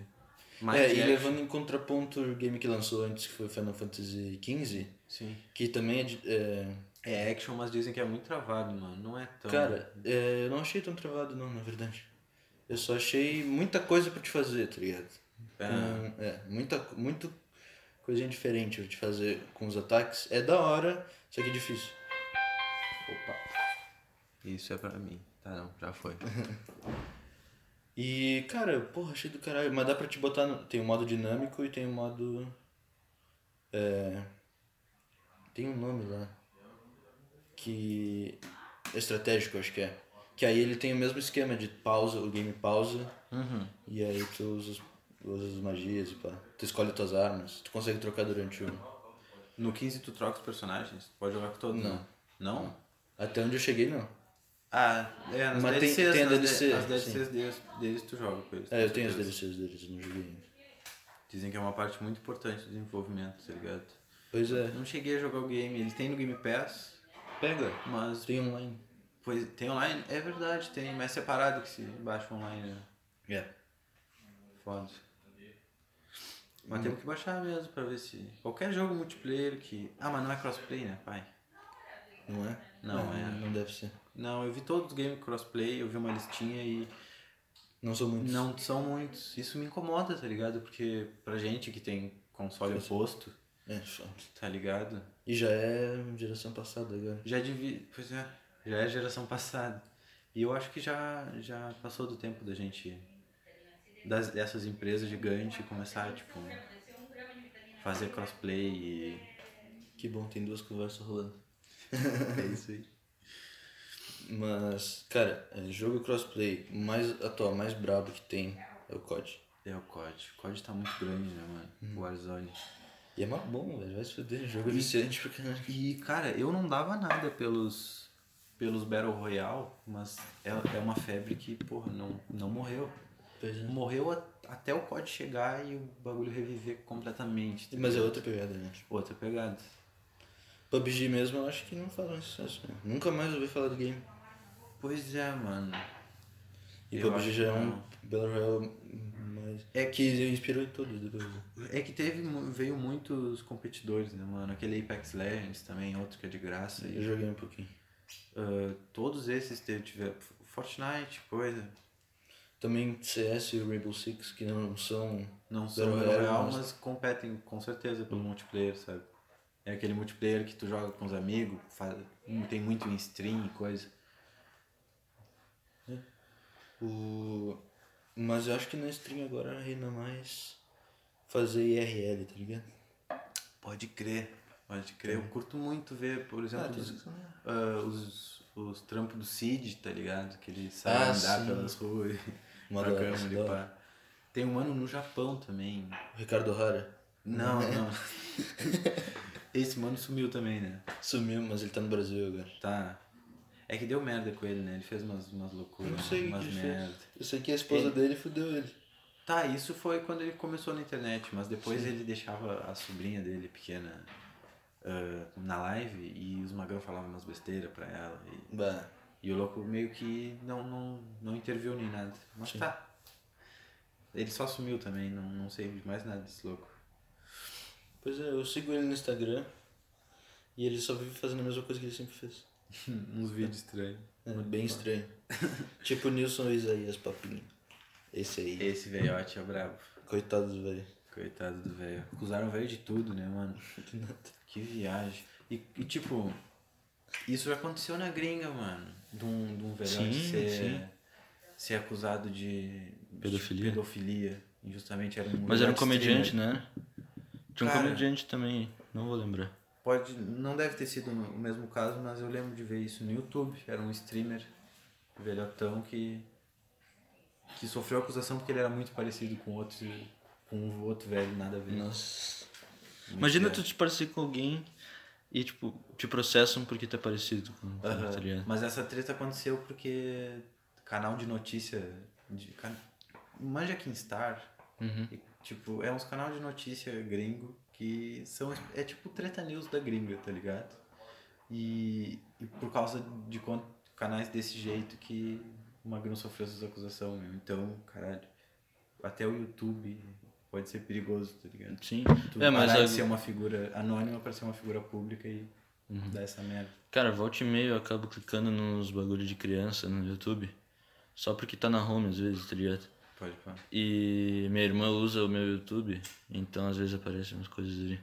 Speaker 2: Mais
Speaker 1: é,
Speaker 2: de
Speaker 1: e
Speaker 2: action.
Speaker 1: levando em contraponto o game que lançou antes, que foi Final Fantasy XV,
Speaker 2: Sim.
Speaker 1: que também é. de- é...
Speaker 2: É action, mas dizem que é muito travado, mano. Não é tão.
Speaker 1: Cara, é, eu não achei tão travado, não, na verdade. Eu só achei muita coisa pra te fazer, tá ligado? Hum, é, muita, muito coisinha diferente pra te fazer com os ataques. É da hora, só que é difícil.
Speaker 2: Opa. Isso é pra mim. Tá, não, já foi.
Speaker 1: E, cara, porra, achei do caralho. Mas dá pra te botar. No... Tem o modo dinâmico e tem o modo. É. Tem um nome lá. Que. Estratégico, acho que é. Que aí ele tem o mesmo esquema de pausa, o game pausa.
Speaker 2: Uhum.
Speaker 1: E aí tu usa, os- usa as magias e pá. Tu escolhe tuas armas. Tu consegue trocar durante o.
Speaker 2: No 15 tu troca os personagens? Pode jogar com todos?
Speaker 1: Não.
Speaker 2: Não?
Speaker 1: Até onde eu cheguei, não.
Speaker 2: Ah, é, nas
Speaker 1: Mas tem-
Speaker 2: DLCs,
Speaker 1: tem a
Speaker 2: nas
Speaker 1: DLC,
Speaker 2: D- as
Speaker 1: sim.
Speaker 2: DLCs deles, deles tu joga com eles.
Speaker 1: É, eu tenho as
Speaker 2: certeza.
Speaker 1: DLCs deles, não joguei ainda.
Speaker 2: Dizem que é uma parte muito importante do desenvolvimento, tá ligado?
Speaker 1: Pois
Speaker 2: Eu
Speaker 1: é.
Speaker 2: não cheguei a jogar o game, ele tem no Game Pass,
Speaker 1: Pega.
Speaker 2: mas
Speaker 1: Tem online.
Speaker 2: pois, tem online, é verdade, tem, mas separado que se baixa online, né?
Speaker 1: É.
Speaker 2: Foda. Mas temos que baixar mesmo pra ver se. Qualquer jogo multiplayer que. Ah, mas não é crossplay, né, pai?
Speaker 1: Não é?
Speaker 2: Não, é.
Speaker 1: Não deve ser.
Speaker 2: Não, eu vi todos os games crossplay, eu vi uma listinha e
Speaker 1: Não sou muito.
Speaker 2: Não são muitos. Isso me incomoda, tá ligado? Porque pra gente que tem console oposto,
Speaker 1: É, só.
Speaker 2: tá ligado?
Speaker 1: E já é geração passada agora.
Speaker 2: Já devia. Pois é, já é geração passada. E eu acho que já, já passou do tempo da gente. Das, dessas empresas gigantes começar, tipo. Fazer crossplay e.
Speaker 1: Que bom, tem duas conversas rolando.
Speaker 2: É isso aí.
Speaker 1: Mas, cara, é, jogo crossplay mais atual, mais brabo que tem é o COD.
Speaker 2: É o COD. O COD tá muito grande, né, mano? O Warzone.
Speaker 1: E é mais bom, velho. Vai se fuder. Jogo viciante pra caralho.
Speaker 2: E, cara, eu não dava nada pelos, pelos Battle Royale, mas é, é uma febre que, porra, não, não morreu.
Speaker 1: Pois é.
Speaker 2: Morreu a- até o COD chegar e o bagulho reviver completamente. tá
Speaker 1: Mas é
Speaker 2: ligado?
Speaker 1: outra pegada, né?
Speaker 2: Outra pegada.
Speaker 1: PUBG mesmo eu acho que não faz mais sucesso, né? Nunca mais ouvi falar do game.
Speaker 2: Pois é, mano.
Speaker 1: E
Speaker 2: Eu
Speaker 1: PUBG
Speaker 2: acho
Speaker 1: já é
Speaker 2: que
Speaker 1: um
Speaker 2: não.
Speaker 1: Battle Royale mais. É que inspirou todos do PUBG.
Speaker 2: É que teve, mu- veio muitos competidores, né, mano? Aquele Apex Legends também, outro que é de graça.
Speaker 1: Eu
Speaker 2: E,
Speaker 1: joguei um pouquinho.
Speaker 2: ah, todos esses teve, tiveram Fortnite, coisa.
Speaker 1: Também CS e o Rainbow Six, que não são.
Speaker 2: Não
Speaker 1: Battle
Speaker 2: são Battle
Speaker 1: Royale,
Speaker 2: Royale,
Speaker 1: mas- Hum.
Speaker 2: mas competem com certeza pelo multiplayer, sabe? É aquele multiplayer que tu joga com os amigos, faz... tem muito em stream e coisa.
Speaker 1: O... Tipo, Mas eu acho que na stream agora reina mais fazer IRL, tá ligado?
Speaker 2: Pode crer, pode crer. Eu curto muito ver, por
Speaker 1: Ah,
Speaker 2: exemplo,
Speaker 1: Tipo,
Speaker 2: os,
Speaker 1: né?
Speaker 2: ah, os, os trampos do Cid, tá ligado? Que ele sai
Speaker 1: Ah,
Speaker 2: andar
Speaker 1: sim.
Speaker 2: pelas ruas e
Speaker 1: Uma assim, da hora,
Speaker 2: trocando de
Speaker 1: da
Speaker 2: pá. Tem um ano no Japão também.
Speaker 1: O Ricardo O'Hara
Speaker 2: Não, não. Esse mano sumiu também, né?
Speaker 1: sumiu, mas ele tá no Brasil agora.
Speaker 2: Tá. É que deu merda com ele, né? Ele fez umas, umas loucuras, umas merda.
Speaker 1: Eu sei que a esposa dele fudeu ele.
Speaker 2: Tá, isso foi quando ele começou na internet, mas depois ele deixava a sobrinha dele pequena ah, na live e os magão falavam umas besteiras pra ela. E,
Speaker 1: Bah.
Speaker 2: e o louco meio que não, não, não interviu nem nada. Mas tá. Ele só sumiu também, não, não sei de mais nada desse louco.
Speaker 1: Pois é, eu sigo ele no Instagram e ele só vive fazendo a mesma coisa que ele sempre fez.
Speaker 2: Uns vídeos estranhos.
Speaker 1: É, bem estranho. tipo o Nilson Isaías Papinho. Esse aí.
Speaker 2: Esse velhote é brabo.
Speaker 1: Coitado do velho.
Speaker 2: Coitado do velho. Acusaram o velho de tudo, né, mano? Que viagem. E, e, tipo, isso já aconteceu na gringa, mano. De um, de um velhote
Speaker 1: Sim,
Speaker 2: ser,
Speaker 1: sim.
Speaker 2: ser acusado de
Speaker 1: Pedofilia.
Speaker 2: de pedofilia. Injustamente era um.
Speaker 1: Mas era um
Speaker 2: velhote
Speaker 1: comediante,
Speaker 2: streamer.
Speaker 1: né? Tinha um
Speaker 2: Cara.
Speaker 1: comediante também, não vou lembrar.
Speaker 2: Pode, não deve ter sido o mesmo caso, mas eu lembro de ver isso no YouTube. Era um streamer velhotão que. que sofreu acusação porque ele era muito parecido com outro. com um outro velho, nada a ver.
Speaker 1: Nossa. Imagina tu te parecer com alguém e, tipo, te processam porque tu é parecido com com
Speaker 2: Aham.
Speaker 1: tá ligado?
Speaker 2: Mas essa treta aconteceu porque canal de notícia. De, can... Manja Kingstar.
Speaker 1: Uhum.
Speaker 2: E, tipo, é uns canal de notícia gringo que são. É tipo treta news da gringa, tá ligado? E, e por causa de con- canais desse jeito que o Magrão sofreu essas acusações, meu. Então, caralho. Até o YouTube pode ser perigoso, tá ligado?
Speaker 1: Sim.
Speaker 2: Tu
Speaker 1: é, mas
Speaker 2: parar
Speaker 1: a-
Speaker 2: de ser um- uma figura anônima pra ser uma figura pública e
Speaker 1: Uhum.
Speaker 2: dar essa merda.
Speaker 1: Cara, volta e meia eu acabo clicando nos bagulho de criança no YouTube. Só porque tá na home às vezes, tá ligado?
Speaker 2: Pode pá.
Speaker 1: E minha irmã usa o meu YouTube, então às vezes aparecem umas coisas ali.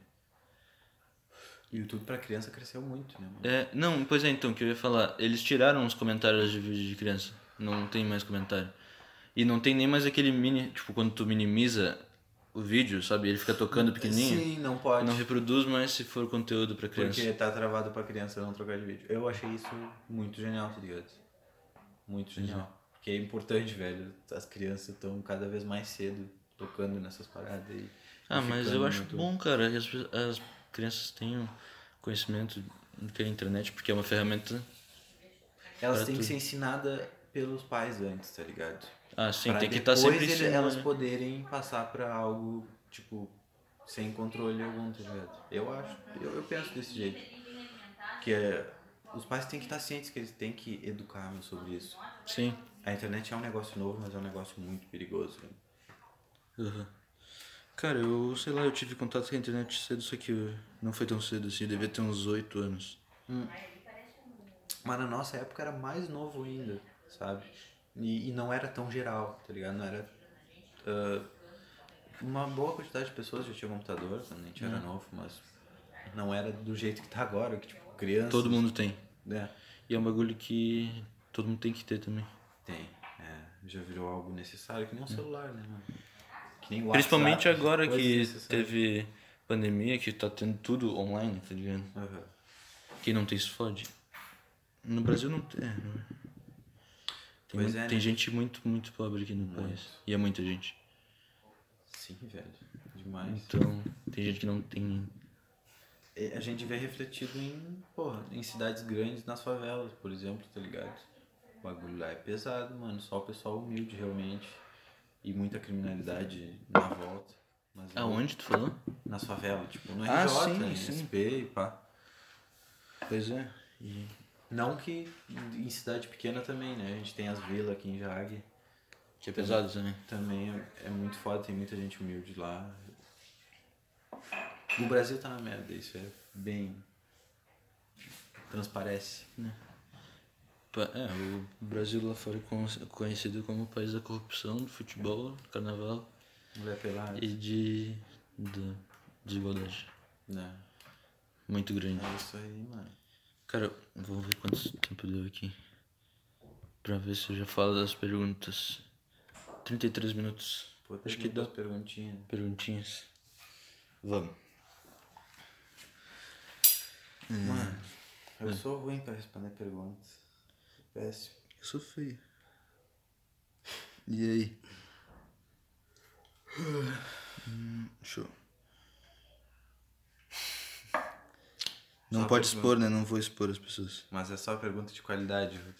Speaker 2: YouTube pra criança cresceu muito, né, mano?
Speaker 1: É, não, pois é, então, que eu ia falar. Eles tiraram os comentários de vídeo de criança. Não tem mais comentário. E não tem nem mais aquele mini. Tipo, quando tu minimiza o vídeo, sabe? Ele fica tocando Tá pequenininho.
Speaker 2: Sim, não pode.
Speaker 1: Não reproduz mais se for conteúdo pra criança.
Speaker 2: porque tá travado pra criança não trocar de vídeo. Eu achei isso muito genial, tá ligado?
Speaker 1: Uhum.
Speaker 2: Muito genial. Porque é importante, velho. As crianças estão cada vez mais cedo tocando nessas paradas e.
Speaker 1: Ah,
Speaker 2: e
Speaker 1: mas
Speaker 2: ficando
Speaker 1: eu acho
Speaker 2: muito-
Speaker 1: bom, cara, que as, pe- as crianças tenham conhecimento do que é a internet, porque é uma ferramenta.
Speaker 2: Elas
Speaker 1: pra
Speaker 2: têm que
Speaker 1: tudo.
Speaker 2: ser ensinadas pelos pais antes, tá ligado?
Speaker 1: Ah, sim,
Speaker 2: Pra
Speaker 1: tem que estar
Speaker 2: depois
Speaker 1: sempre
Speaker 2: ele-
Speaker 1: ensinando,
Speaker 2: elas
Speaker 1: né?
Speaker 2: poderem passar pra algo, tipo, sem controle algum, tá ligado? Eu acho, eu, eu penso desse jeito. Que é, os pais têm que estar cientes que eles têm que educar meu, sobre isso.
Speaker 1: Sim.
Speaker 2: A internet é um negócio novo, mas é um negócio muito perigoso. né? velho.
Speaker 1: Aham. Cara, eu sei lá, eu tive contato com a internet cedo, só que eu- não foi tão cedo assim, eu devia ter uns 8 anos.
Speaker 2: Mas na nossa época era mais novo ainda, sabe? E, e não era tão geral, tá ligado? Não era. ah, uma boa quantidade de pessoas já tinha computador quando a gente
Speaker 1: Uhum.
Speaker 2: era novo, mas não era do jeito que tá agora, que tipo, criança.
Speaker 1: Todo mundo tem.
Speaker 2: né?
Speaker 1: E é um bagulho que todo mundo tem que ter também.
Speaker 2: Tem. É, já virou algo necessário, que nem um celular, né, mano? Que nem o
Speaker 1: Hum. Principalmente
Speaker 2: WhatsApp, é
Speaker 1: agora
Speaker 2: coisas
Speaker 1: que
Speaker 2: necessárias.
Speaker 1: teve pandemia, que tá tendo tudo online, tá ligado?
Speaker 2: Aham.
Speaker 1: Quem não tem se fode. No Brasil não tem. é, não é. Tem,
Speaker 2: Pois
Speaker 1: muito-
Speaker 2: é, né?
Speaker 1: tem gente muito, muito pobre aqui no país. E é muita gente.
Speaker 2: Sim, velho. Demais.
Speaker 1: Então, tem gente que não tem.
Speaker 2: E A gente vê refletido em, porra, em cidades grandes, nas favelas, por exemplo, tá ligado? O bagulho lá é pesado, mano. Só o pessoal humilde, realmente. E muita criminalidade na volta. Mas é
Speaker 1: Aonde tu falou?
Speaker 2: Nas favelas, tipo, no
Speaker 1: Ah,
Speaker 2: RJ,
Speaker 1: sim,
Speaker 2: em
Speaker 1: sim.
Speaker 2: SP e pá.
Speaker 1: Pois é. E
Speaker 2: Não que em cidade pequena também, né? A gente tem as vilas aqui em Jague.
Speaker 1: que é pesado também.
Speaker 2: Também é, é muito foda, tem muita gente humilde lá. O Brasil tá na merda, isso é bem. transparece.
Speaker 1: Pa- É, o Brasil lá fora é con- conhecido como o país da corrupção, do futebol, do carnaval
Speaker 2: Mulher pelada.
Speaker 1: e de. da desigualdade.
Speaker 2: Né?
Speaker 1: Muito grande.
Speaker 2: É isso aí, mano.
Speaker 1: Cara, vou ver quanto tempo deu aqui. Pra ver se eu já falo das perguntas. 33 minutos.
Speaker 2: Pô, tem
Speaker 1: Acho que dá
Speaker 2: duas perguntinhas.
Speaker 1: perguntinhas. Vamos.
Speaker 2: Mano, eu sou ruim pra responder perguntas. Péssimo.
Speaker 1: Eu sou feio. E aí? Hum, Show. Não
Speaker 2: Só
Speaker 1: pode
Speaker 2: pra-
Speaker 1: expor, né? Não vou expor as pessoas.
Speaker 2: Mas é só pergunta de qualidade, Ruth.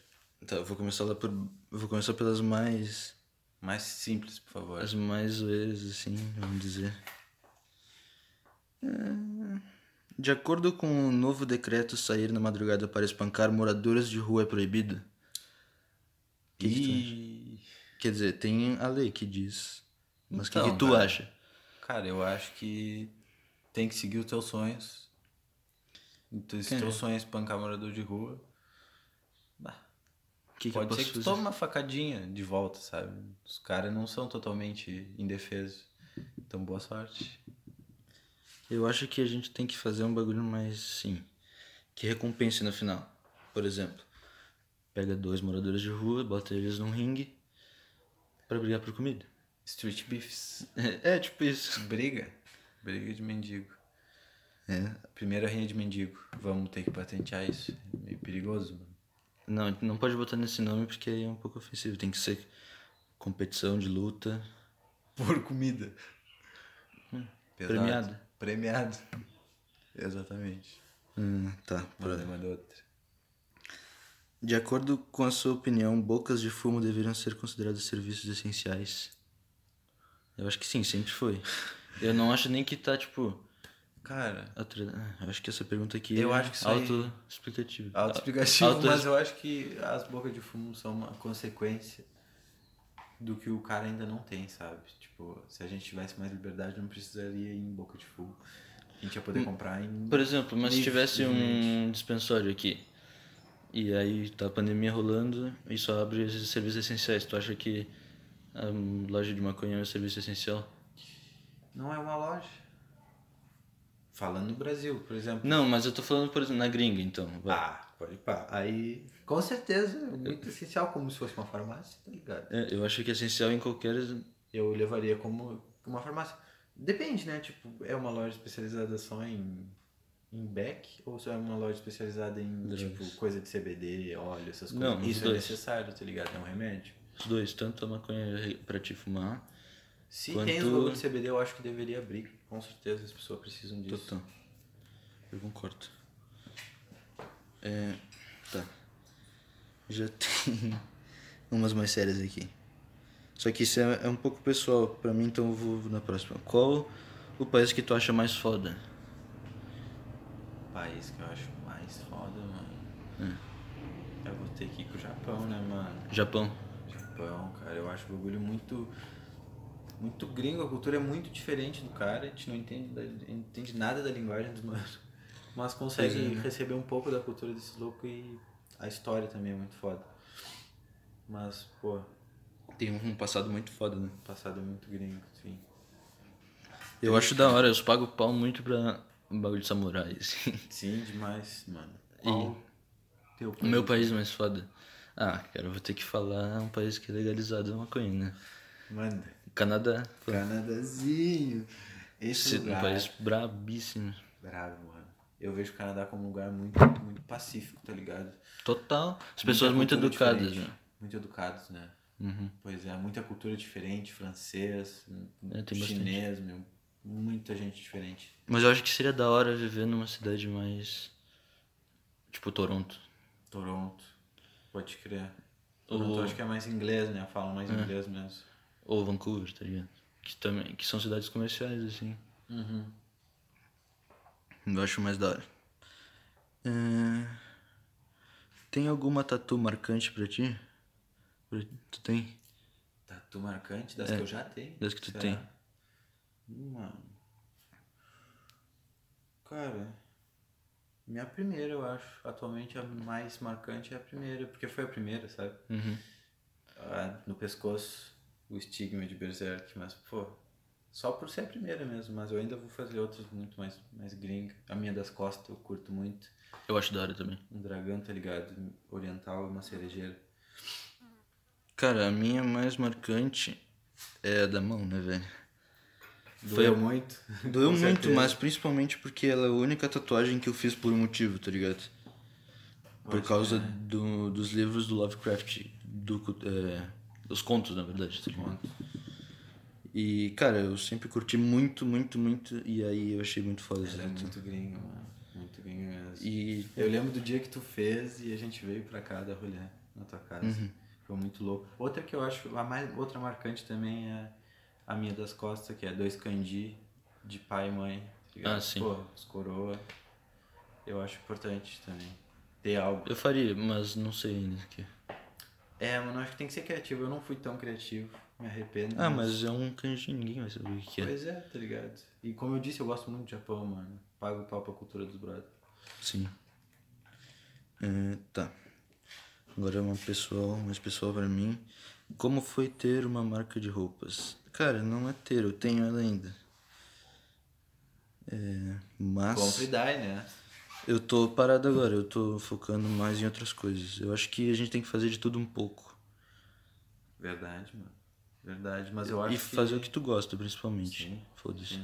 Speaker 1: Tá, eu vou começar lá por. Vou começar pelas mais.
Speaker 2: Mais simples, por favor.
Speaker 1: As mais zoeiras, assim, vamos dizer. É, De acordo com o novo decreto, sair na madrugada para espancar moradores de rua é proibido. que que tu
Speaker 2: e...
Speaker 1: Quer dizer, tem a lei que diz. Mas o que,
Speaker 2: Então,
Speaker 1: que tu
Speaker 2: cara.
Speaker 1: acha?
Speaker 2: Cara, eu acho que tem que seguir os teus sonhos. Então, se
Speaker 1: É.
Speaker 2: teus sonhos pancar morador de rua, bah,
Speaker 1: O que, que eu
Speaker 2: pode ser
Speaker 1: posso
Speaker 2: que tu
Speaker 1: fazer?
Speaker 2: tome uma facadinha de volta, sabe? Os caras não são totalmente indefesos. Então, boa sorte.
Speaker 1: Eu acho que a gente tem que fazer um bagulho mais, sim, que recompense no final. Por exemplo, pega dois moradores de rua, bota eles num ringue pra brigar por comida.
Speaker 2: Street Beefs.
Speaker 1: É, tipo isso.
Speaker 2: Briga. Briga de mendigo.
Speaker 1: É,
Speaker 2: Primeira rinha de mendigo. Vamos ter que patentear isso. É meio perigoso, mano.
Speaker 1: Não, não pode botar nesse nome porque aí é um pouco ofensivo. Tem que ser competição de luta.
Speaker 2: Por comida. Pesado.
Speaker 1: Hum. Premiado.
Speaker 2: Premiado. Exatamente.
Speaker 1: Hum, tá,
Speaker 3: Manda,
Speaker 1: pra...
Speaker 3: manda outra.
Speaker 1: De acordo com a sua opinião, bocas de fumo deveriam ser consideradas serviços essenciais? Eu acho que sim, sempre foi. Eu não acho nem que tá, tipo.
Speaker 3: Cara,
Speaker 1: atre- ah, Eu acho que essa pergunta aqui
Speaker 3: Eu
Speaker 1: é
Speaker 3: acho que isso aí-
Speaker 1: auto-explicativa.
Speaker 3: autoexplicativo,
Speaker 1: Auto-
Speaker 3: mas
Speaker 2: Mas eu acho que as bocas de fumo são uma consequência do que o cara ainda não tem, sabe? Tipo, se a gente tivesse mais liberdade, não precisaria ir em boca de fumo. A gente ia poder comprar em.
Speaker 1: Por exemplo, mas se
Speaker 2: Livre,
Speaker 1: tivesse um
Speaker 2: livremente.
Speaker 1: dispensório aqui, e aí tá a pandemia rolando e só abre esses serviços essenciais, tu acha que a loja de maconha é um serviço essencial?
Speaker 2: Não é uma loja. Falando no Brasil, por exemplo.
Speaker 1: Não, mas eu tô falando, por exemplo, na gringa, então. vai.
Speaker 2: Ah, pode pá. Aí. Com certeza, é muito essencial, como se fosse uma farmácia, tá ligado?
Speaker 1: É, eu acho que é essencial em qualquer.
Speaker 2: Eu levaria como uma farmácia. Depende, né? Tipo, é uma loja especializada só em. Em back? Ou só é uma loja especializada em,
Speaker 1: Drogas.
Speaker 2: tipo, coisa de CBD, óleo, essas
Speaker 1: Não,
Speaker 2: coisas?
Speaker 1: os
Speaker 2: Isso é
Speaker 1: dois.
Speaker 2: necessário, tá ligado? É um remédio.
Speaker 1: Os dois, tanto a maconha pra te fumar,
Speaker 2: Se
Speaker 1: Quanto-
Speaker 2: tem os bagulho de CBD, eu acho que deveria abrir. Com certeza as pessoas precisam disso.
Speaker 1: total. Eu concordo. É. Tá. Já tem umas mais sérias aqui. Só que isso é, é um pouco pessoal pra mim, então eu vou na próxima. Qual o país que tu acha mais foda?
Speaker 2: Um país que eu acho mais foda, mano.
Speaker 1: É.
Speaker 2: Eu vou ter que ir pro Japão, né, mano?
Speaker 1: Japão.
Speaker 2: Japão, cara, eu acho o bagulho muito. Muito gringo, a cultura é muito diferente do cara, a gente não entende, da- não entende nada da linguagem dos manos. Mas consegue receber um pouco da cultura desse louco e a história também é muito foda. Mas, pô,
Speaker 1: Tem um passado muito foda, né?
Speaker 2: passado é muito gringo, enfim.
Speaker 1: Eu acho da hora, eu pago pau muito pra um bagulho de samurai, assim.
Speaker 2: Sim, demais, mano.
Speaker 1: E-
Speaker 2: Qual teu
Speaker 1: O meu país mais foda. Ah, cara, eu vou ter que falar um país que é legalizado a maconha, né?
Speaker 2: Manda.
Speaker 1: Canadá. pô.
Speaker 2: Canadazinho.
Speaker 1: Esse é um país brabíssimo.
Speaker 2: Bravo, mano. Eu vejo o Canadá como um lugar muito, muito pacífico, tá ligado?
Speaker 1: Total. As pessoas muito
Speaker 2: Muita cultura
Speaker 1: educadas,
Speaker 2: diferente.
Speaker 1: né? Uhum.
Speaker 2: Muito educados, né? Pois é, muita cultura diferente, francês,
Speaker 1: É, tem
Speaker 2: chinês, meu, muita gente diferente.
Speaker 1: Mas eu acho que seria da hora viver numa cidade mais. Tipo Toronto.
Speaker 2: Toronto, pode crer.
Speaker 1: O- É.
Speaker 2: Toronto acho que é mais inglês, né? Falam mais inglês mesmo.
Speaker 1: Ou Vancouver, tá ligado? Que, também, que são cidades comerciais, assim. Eu acho mais da hora. É, Tem alguma tatu marcante pra ti? Pra- Tu tem?
Speaker 2: Tatu Tá marcante das que eu já tenho.
Speaker 1: É, Das que tu
Speaker 2: Será?
Speaker 1: tem.
Speaker 2: Mano. Cara. Minha primeira, eu acho. Atualmente a mais marcante é a primeira, porque foi a primeira, sabe?
Speaker 1: Uhum.
Speaker 2: Ah, no pescoço, o estigma de Berserk, mas, pô. Só por ser a primeira mesmo, mas eu ainda vou fazer outras muito mais, mais gringa. A minha das costas eu curto muito.
Speaker 1: Eu acho da hora também.
Speaker 2: Um dragão, tá ligado? Oriental e uma cerejeira.
Speaker 1: Cara, a minha mais marcante é a da mão, né, velho?
Speaker 2: Doeu muito.
Speaker 1: Doeu
Speaker 2: Com
Speaker 1: muito,
Speaker 2: certeza.
Speaker 1: mas principalmente porque ela é a única tatuagem que eu fiz por um motivo, tá ligado? Por causa do, dos livros do Lovecraft, do, co- é, dos contos, na verdade, tá ligado? E, cara, eu sempre curti muito, muito, muito, e aí eu achei muito foda essa
Speaker 2: Ela é
Speaker 1: tatu.
Speaker 2: muito gringa, mano. Muito gringa mesmo.
Speaker 1: E,
Speaker 2: Eu lembro do dia que tu fez e a gente veio pra cá da rolê, na tua casa.
Speaker 1: Uhum.
Speaker 2: Foi muito louco. Outra que eu acho, a mais, outra marcante também é a minha das costas, que é dois candi de pai e mãe. tá ligado?
Speaker 1: Ah, sim.
Speaker 2: Pô, os coroa. Eu acho importante também. Ter algo.
Speaker 1: eu faria, mas não sei ainda. o que é.
Speaker 2: É, mano, acho que tem que ser criativo. Eu não fui tão criativo. Me arrependo.
Speaker 1: Ah, mas é um canjinho, ninguém vai saber o que que é.
Speaker 2: Pois é, tá ligado? E como eu disse, eu gosto muito do Japão, mano. Pago pau pra cultura dos brothers.
Speaker 1: Sim. É, tá. Agora é uma pessoal, mais pessoal pra mim. Como foi ter uma marca de roupas? Cara, não é ter, eu tenho ela ainda. É, mas
Speaker 2: Compre e dai, né?
Speaker 1: eu tô parado agora, eu tô focando mais em outras coisas. Eu acho que a gente tem que fazer de tudo um pouco.
Speaker 2: Verdade, mano. Verdade, mas eu acho
Speaker 1: E fazer o que tu gosta, principalmente.
Speaker 2: Sim,
Speaker 1: Foda-se.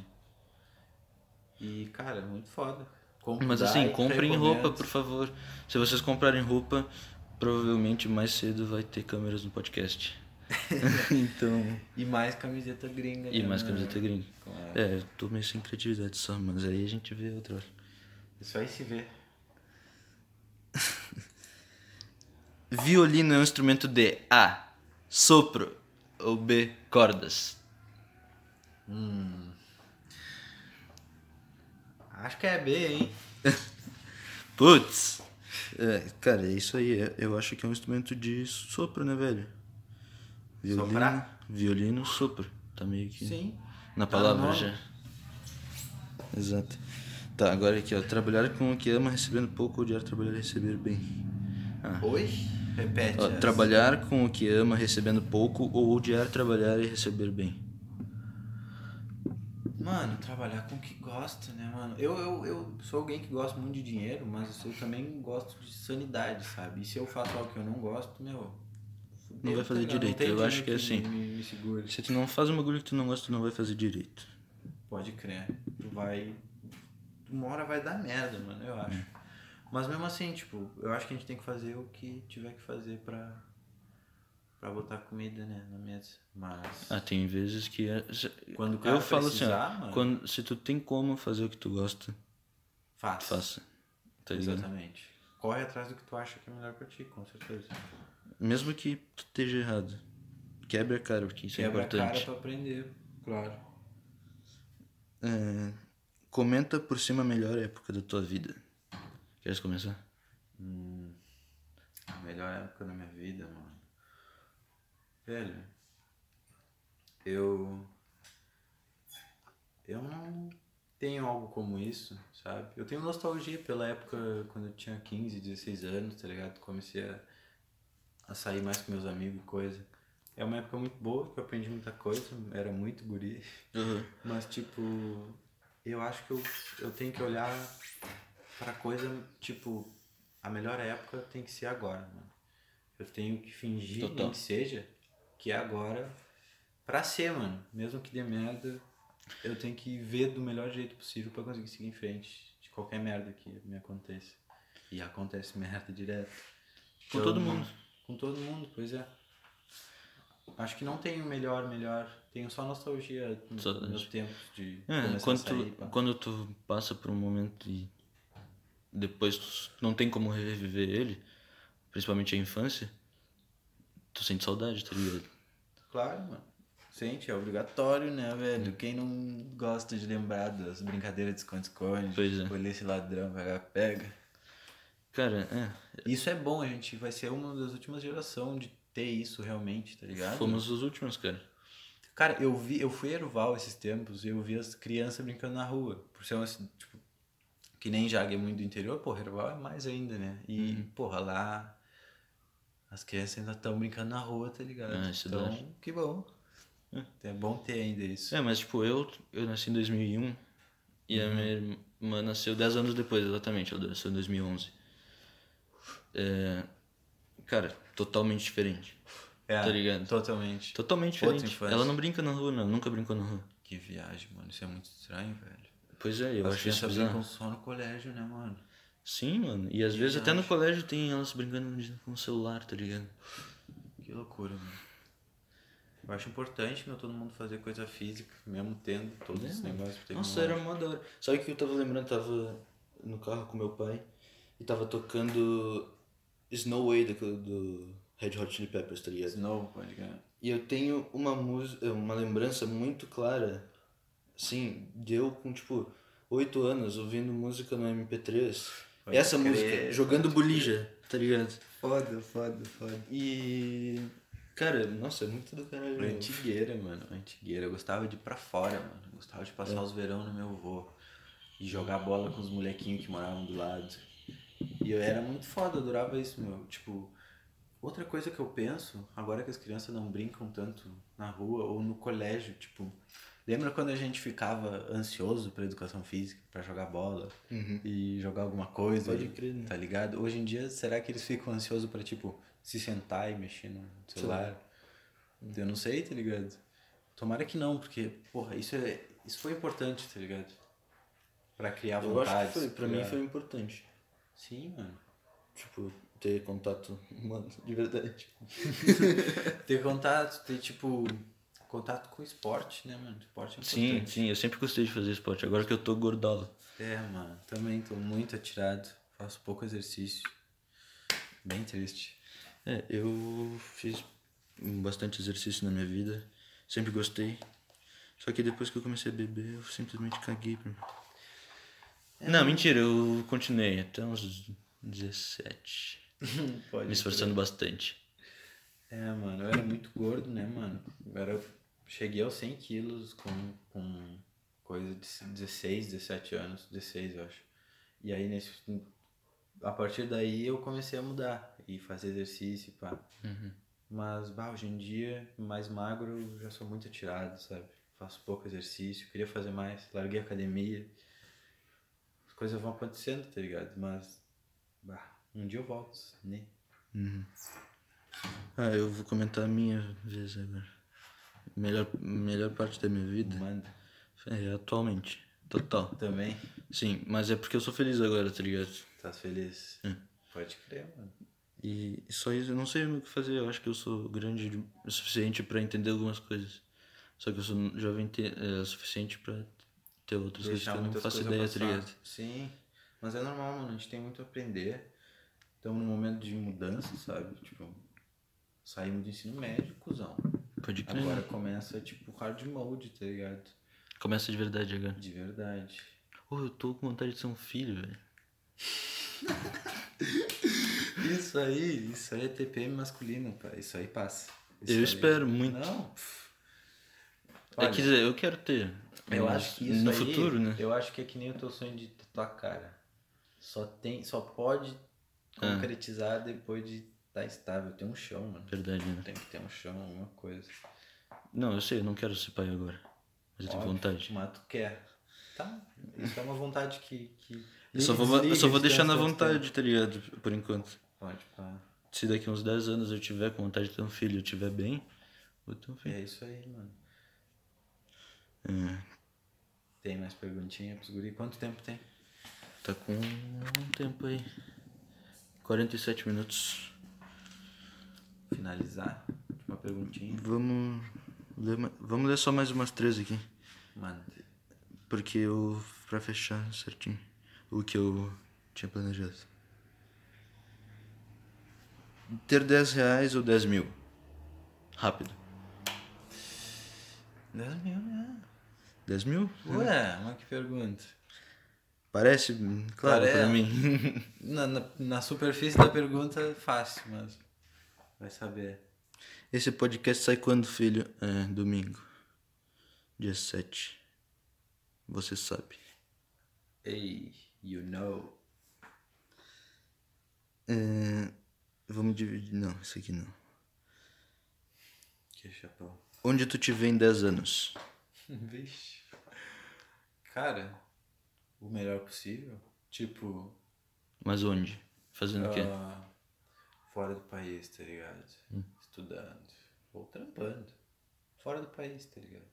Speaker 2: E, cara, é muito foda. Compre,
Speaker 1: Mas
Speaker 2: dá
Speaker 1: assim,
Speaker 2: e
Speaker 1: comprem
Speaker 2: recomendo.
Speaker 1: roupa, por favor. Se vocês comprarem roupa, provavelmente mais cedo vai ter câmeras no podcast. então.
Speaker 2: E mais camiseta gringa.
Speaker 1: E
Speaker 2: né,
Speaker 1: mais
Speaker 2: mano?
Speaker 1: camiseta gringa.
Speaker 2: Claro.
Speaker 1: É, eu tô meio sem criatividade só, mas aí a gente vê outra hora.
Speaker 2: Isso aí se vê.
Speaker 1: Violino é um instrumento de A. Sopro. Ou B. Cordas.
Speaker 2: Acho que é B, hein?
Speaker 1: Putz. É, cara, é isso aí. É- Eu acho que é um instrumento de sopro, né, velho? Violino,
Speaker 2: Soprar?
Speaker 1: Violino, sopro. Tá meio que...
Speaker 2: Sim.
Speaker 1: Na
Speaker 2: Tá
Speaker 1: palavra
Speaker 2: no nome.
Speaker 1: já. Exato. Tá, agora aqui, ó. Trabalhar com o que ama, recebendo pouco, odiar trabalhar e receber bem. Ah.
Speaker 2: Oi? Repete.
Speaker 1: Ó,
Speaker 2: essa.
Speaker 1: trabalhar com o que ama, recebendo pouco, ou odiar trabalhar e receber bem.
Speaker 2: Mano, trabalhar com o que gosta, né, mano? Eu, eu, eu sou alguém que gosta muito de dinheiro, mas eu também gosto de sanidade, sabe? E se eu faço algo que eu não gosto, meu. fudeu,
Speaker 1: Não vai
Speaker 2: tá
Speaker 1: fazer
Speaker 2: ligado?
Speaker 1: direito,
Speaker 2: tem
Speaker 1: eu
Speaker 2: dinheiro
Speaker 1: acho que é assim.
Speaker 2: Me, me segure.
Speaker 1: Se tu não faz um bagulho que tu não gosta, tu não vai fazer direito.
Speaker 2: Pode crer. Tu vai. Uma hora vai dar merda, mano, eu
Speaker 1: É.
Speaker 2: acho. Mas mesmo assim, tipo, eu acho que a gente tem que fazer o que tiver que fazer pra. pra botar comida, né, na mesa. Mas.
Speaker 1: Ah, tem vezes que é... se-
Speaker 2: Quando o cara
Speaker 1: eu falo
Speaker 2: precisar,
Speaker 1: assim, ó,
Speaker 2: mano.
Speaker 1: quando, se tu tem como fazer o que tu gosta,
Speaker 2: Faz.
Speaker 1: faça. Tá ligado?
Speaker 2: Exatamente. Corre atrás do que tu acha que é melhor pra ti, com certeza.
Speaker 1: Mesmo que tu esteja errado. Quebra a cara, porque isso
Speaker 2: Quebra
Speaker 1: é
Speaker 2: a cara
Speaker 1: importante.
Speaker 2: pra aprender, claro.
Speaker 1: É, comenta por cima a melhor época da tua vida. Queres começar?
Speaker 2: A melhor época da minha vida, mano. Velho, eu. Eu não tenho algo como isso, sabe? Eu tenho nostalgia pela época quando eu tinha 15, 16 anos, tá ligado? Comecei a, a sair mais com meus amigos e coisa. É uma época muito boa, que eu aprendi muita coisa, era muito guri. Mas, tipo, eu acho que eu, eu tenho que olhar pra coisa, tipo, a melhor época tem que ser agora, mano. Eu tenho que fingir, nem
Speaker 1: Total.
Speaker 2: que seja, que é agora pra ser, mano. Mesmo que dê merda, eu tenho que ver do melhor jeito possível pra conseguir seguir em frente de qualquer merda que me aconteça. E acontece merda direto. Então,
Speaker 1: Com todo mundo.
Speaker 2: Com todo mundo, pois é. Acho que não tem o melhor, melhor. Tenho só nostalgia nos
Speaker 1: Só-
Speaker 2: meus tempos de
Speaker 1: É,
Speaker 2: começar
Speaker 1: quando,
Speaker 2: a sair. pá.
Speaker 1: tu, quando tu passa por um momento e depois tu não tem como reviver ele, principalmente a infância, tu sente saudade, tá ligado?
Speaker 2: Claro, mano. Sente, é obrigatório, né, velho? Quem não gosta de lembrar das brincadeiras de esconde-esconde,
Speaker 1: Pois é.
Speaker 2: polícia e ladrão, pega-pega.
Speaker 1: Cara, é,
Speaker 2: Isso é bom, a gente vai ser uma das últimas gerações de ter isso realmente, tá ligado?
Speaker 1: fomos os últimos, cara.
Speaker 2: Cara, eu vi, eu fui a Erval esses tempos e eu vi as crianças brincando na rua. Por ser uma, ci- tipo, que nem Jaga é muito do interior, porra, Erval é mais ainda, né? E,
Speaker 1: Uhum.
Speaker 2: porra, lá as crianças ainda estão brincando na rua, tá ligado?
Speaker 1: Ah, isso
Speaker 2: então,
Speaker 1: dá.
Speaker 2: que bom. É bom ter ainda isso.
Speaker 1: É, mas tipo, eu, eu nasci em 2001 e a minha irmã nasceu 10 anos depois, exatamente, ela nasceu em 2011. É, cara, totalmente diferente.
Speaker 2: É,
Speaker 1: Tá ligado?
Speaker 2: Totalmente.
Speaker 1: Totalmente
Speaker 2: Outra
Speaker 1: diferente.
Speaker 2: infância.
Speaker 1: Ela não brinca na rua, não, nunca brincou na rua.
Speaker 2: Que viagem, mano. Isso é muito estranho, velho.
Speaker 1: Pois é, eu
Speaker 2: as
Speaker 1: acho isso
Speaker 2: crianças
Speaker 1: bizarro.
Speaker 2: brincam só no colégio, né, mano?
Speaker 1: Sim, mano. E às vezes até no colégio tem elas brincando de- com o celular, tá ligado?
Speaker 2: Que loucura, mano. Eu acho importante, meu, todo mundo fazer coisa física, mesmo tendo todos esses negócios
Speaker 1: Né, Nossa, era mó da hora. Sabe o que eu tava lembrando? Tava no carro com meu pai e tava tocando Snow Way do, do Red Hot Chili Peppers, tá ligado?
Speaker 2: Snow, pode ganhar.
Speaker 1: E eu tenho uma música, uma lembrança muito clara, assim, de eu com tipo 8 anos ouvindo música no MP3.
Speaker 2: Pode
Speaker 1: Essa
Speaker 2: crer,
Speaker 1: música, jogando bolija, tá ligado?
Speaker 2: Foda, foda, foda.
Speaker 1: E. Cara, nossa, é muito do caralho.
Speaker 2: Antigueira, mano. Antigueira. Eu gostava de ir pra fora, mano. Eu gostava de passar os verão no meu avô. E jogar bola com os molequinhos que moravam do lado. E eu era muito foda, eu adorava isso, meu. Tipo, outra coisa que eu penso, agora que as crianças não brincam tanto na rua ou no colégio, tipo. Lembra quando a gente ficava ansioso pra educação física, pra jogar bola e jogar alguma coisa?
Speaker 1: Pode
Speaker 2: e-
Speaker 1: crer, né?
Speaker 2: Tá ligado? Hoje em dia, será que eles ficam ansiosos pra, tipo, se sentar e mexer no celular? Eu não sei, tá ligado? Tomara que não, porque, porra, isso, é, isso foi importante, tá ligado? Pra criar
Speaker 1: Eu acho
Speaker 2: vontade.
Speaker 1: que foi, pra mim
Speaker 2: criar-
Speaker 1: foi importante.
Speaker 2: Sim, mano.
Speaker 1: Tipo, ter contato humano, de verdade.
Speaker 2: Ter contato, ter, tipo, contato com esporte, né, mano? Esporte é
Speaker 1: Sim,
Speaker 2: importante.
Speaker 1: sim, eu sempre gostei de fazer esporte. Agora que eu tô gordola.
Speaker 2: É, mano. Também tô muito atirado. Faço pouco exercício.
Speaker 3: Bem triste.
Speaker 1: É, eu fiz bastante exercício na minha vida, sempre gostei. Só que depois que eu comecei a beber, eu simplesmente caguei pra mim. É, Não, mentira, eu continuei até uns 17.
Speaker 2: Pode
Speaker 1: Me esforçando bastante.
Speaker 2: É, mano, eu era muito gordo, né, mano? Eu era... cheguei aos 100 quilos com, com coisa de 16, 17 anos, 16 eu acho. E aí, nesse... a partir daí, eu comecei a mudar e fazer exercício e pá. Mas, bah, hoje em dia, mais magro, eu já sou muito atirado, sabe? Faço pouco exercício, queria fazer mais, larguei a academia. As coisas vão acontecendo, tá ligado? Mas, bah, um dia eu volto, né?
Speaker 1: Ah, eu vou comentar a minha vez agora. Melhor, melhor parte da minha vida
Speaker 2: Manda.
Speaker 1: é atualmente. Total.
Speaker 2: Também.
Speaker 1: Sim, mas é porque eu sou feliz agora, tá ligado?
Speaker 2: Tá feliz?
Speaker 1: É.
Speaker 2: Pode crer, mano.
Speaker 1: E só isso, eu não sei o que fazer. Eu acho que eu sou grande de- o suficiente pra entender algumas coisas. Só que eu sou jovem te, é, o suficiente pra ter outras coisas que eu não
Speaker 2: muitas
Speaker 1: faço
Speaker 2: coisas
Speaker 1: ideia, tá
Speaker 2: passar.
Speaker 1: ligado?
Speaker 2: Sim, mas é normal, mano. A gente tem muito a aprender. Estamos num momento de mudança, sabe? Tipo, saímos do ensino médio, cuzão.
Speaker 1: Pode crer.
Speaker 2: Agora começa, tipo, hard mode, tá ligado?
Speaker 1: Começa de verdade agora.
Speaker 2: De verdade.
Speaker 1: Oh, eu tô com vontade de ser um filho, velho.
Speaker 2: Isso aí, isso aí é TPM masculino, pá. Isso aí passa. Isso
Speaker 1: Eu
Speaker 2: aí-
Speaker 1: espero muito.
Speaker 2: Não. pff.
Speaker 1: É,
Speaker 2: Olha,
Speaker 1: quer dizer, eu quero ter.
Speaker 2: Eu
Speaker 1: mas
Speaker 2: acho que isso
Speaker 1: No
Speaker 2: aí,
Speaker 1: futuro, né?
Speaker 2: Eu acho que é que nem o teu sonho de tatuar a cara. Só tem, só pode
Speaker 1: Ah.
Speaker 2: concretizar depois de estar estável. Tem um chão, mano.
Speaker 1: Verdade, né?
Speaker 2: Tem que ter um chão, alguma coisa.
Speaker 1: Não, eu sei, eu não quero ser pai agora. Mas eu tenho
Speaker 2: Óbvio,
Speaker 1: vontade.
Speaker 2: Mas tu quer. Tá. Isso é uma vontade que. que...
Speaker 1: Eu só vou, eu só vou
Speaker 2: Desliga,
Speaker 1: deixar na
Speaker 2: descansa,
Speaker 1: vontade, tá ligado? Por enquanto.
Speaker 2: descansa. Pode, pá.
Speaker 1: Se daqui uns 10 anos eu tiver com vontade de ter um filho, eu tiver bem, vou ter um filho.
Speaker 2: É isso aí, mano.
Speaker 1: É.
Speaker 2: Tem mais perguntinha pros guri? Quanto tempo tem?
Speaker 1: Tá com um tempo aí. 47 minutos.
Speaker 2: Finalizar? Uma perguntinha?
Speaker 1: Vamos ler, ma- vamos ler só mais umas três aqui.
Speaker 2: Mano,
Speaker 1: Porque eu. pra fechar certinho o que eu tinha planejado. Ter 10 reais ou 10 mil? Rápido.
Speaker 2: 10 mil, né?
Speaker 1: 10 mil?
Speaker 2: Ué, mas que pergunta.
Speaker 1: Parece, hum, claro,
Speaker 2: Parece.
Speaker 1: pra mim.
Speaker 2: Na, na, na superfície da pergunta, fácil, mas. Vai saber.
Speaker 1: Esse podcast sai quando, filho? É, domingo. Dia 7. Você sabe.
Speaker 2: Ei, you know.
Speaker 1: É, vamos dividir. Não, isso aqui não.
Speaker 2: Que é chapéu.
Speaker 1: Onde tu te vê em 10 anos?
Speaker 2: Vixe. Cara, o melhor possível. Tipo,
Speaker 1: Mas onde? Fazendo o quê?
Speaker 2: ah, fora do país, tá ligado? Estudando. Ou trampando. Fora do país, tá ligado?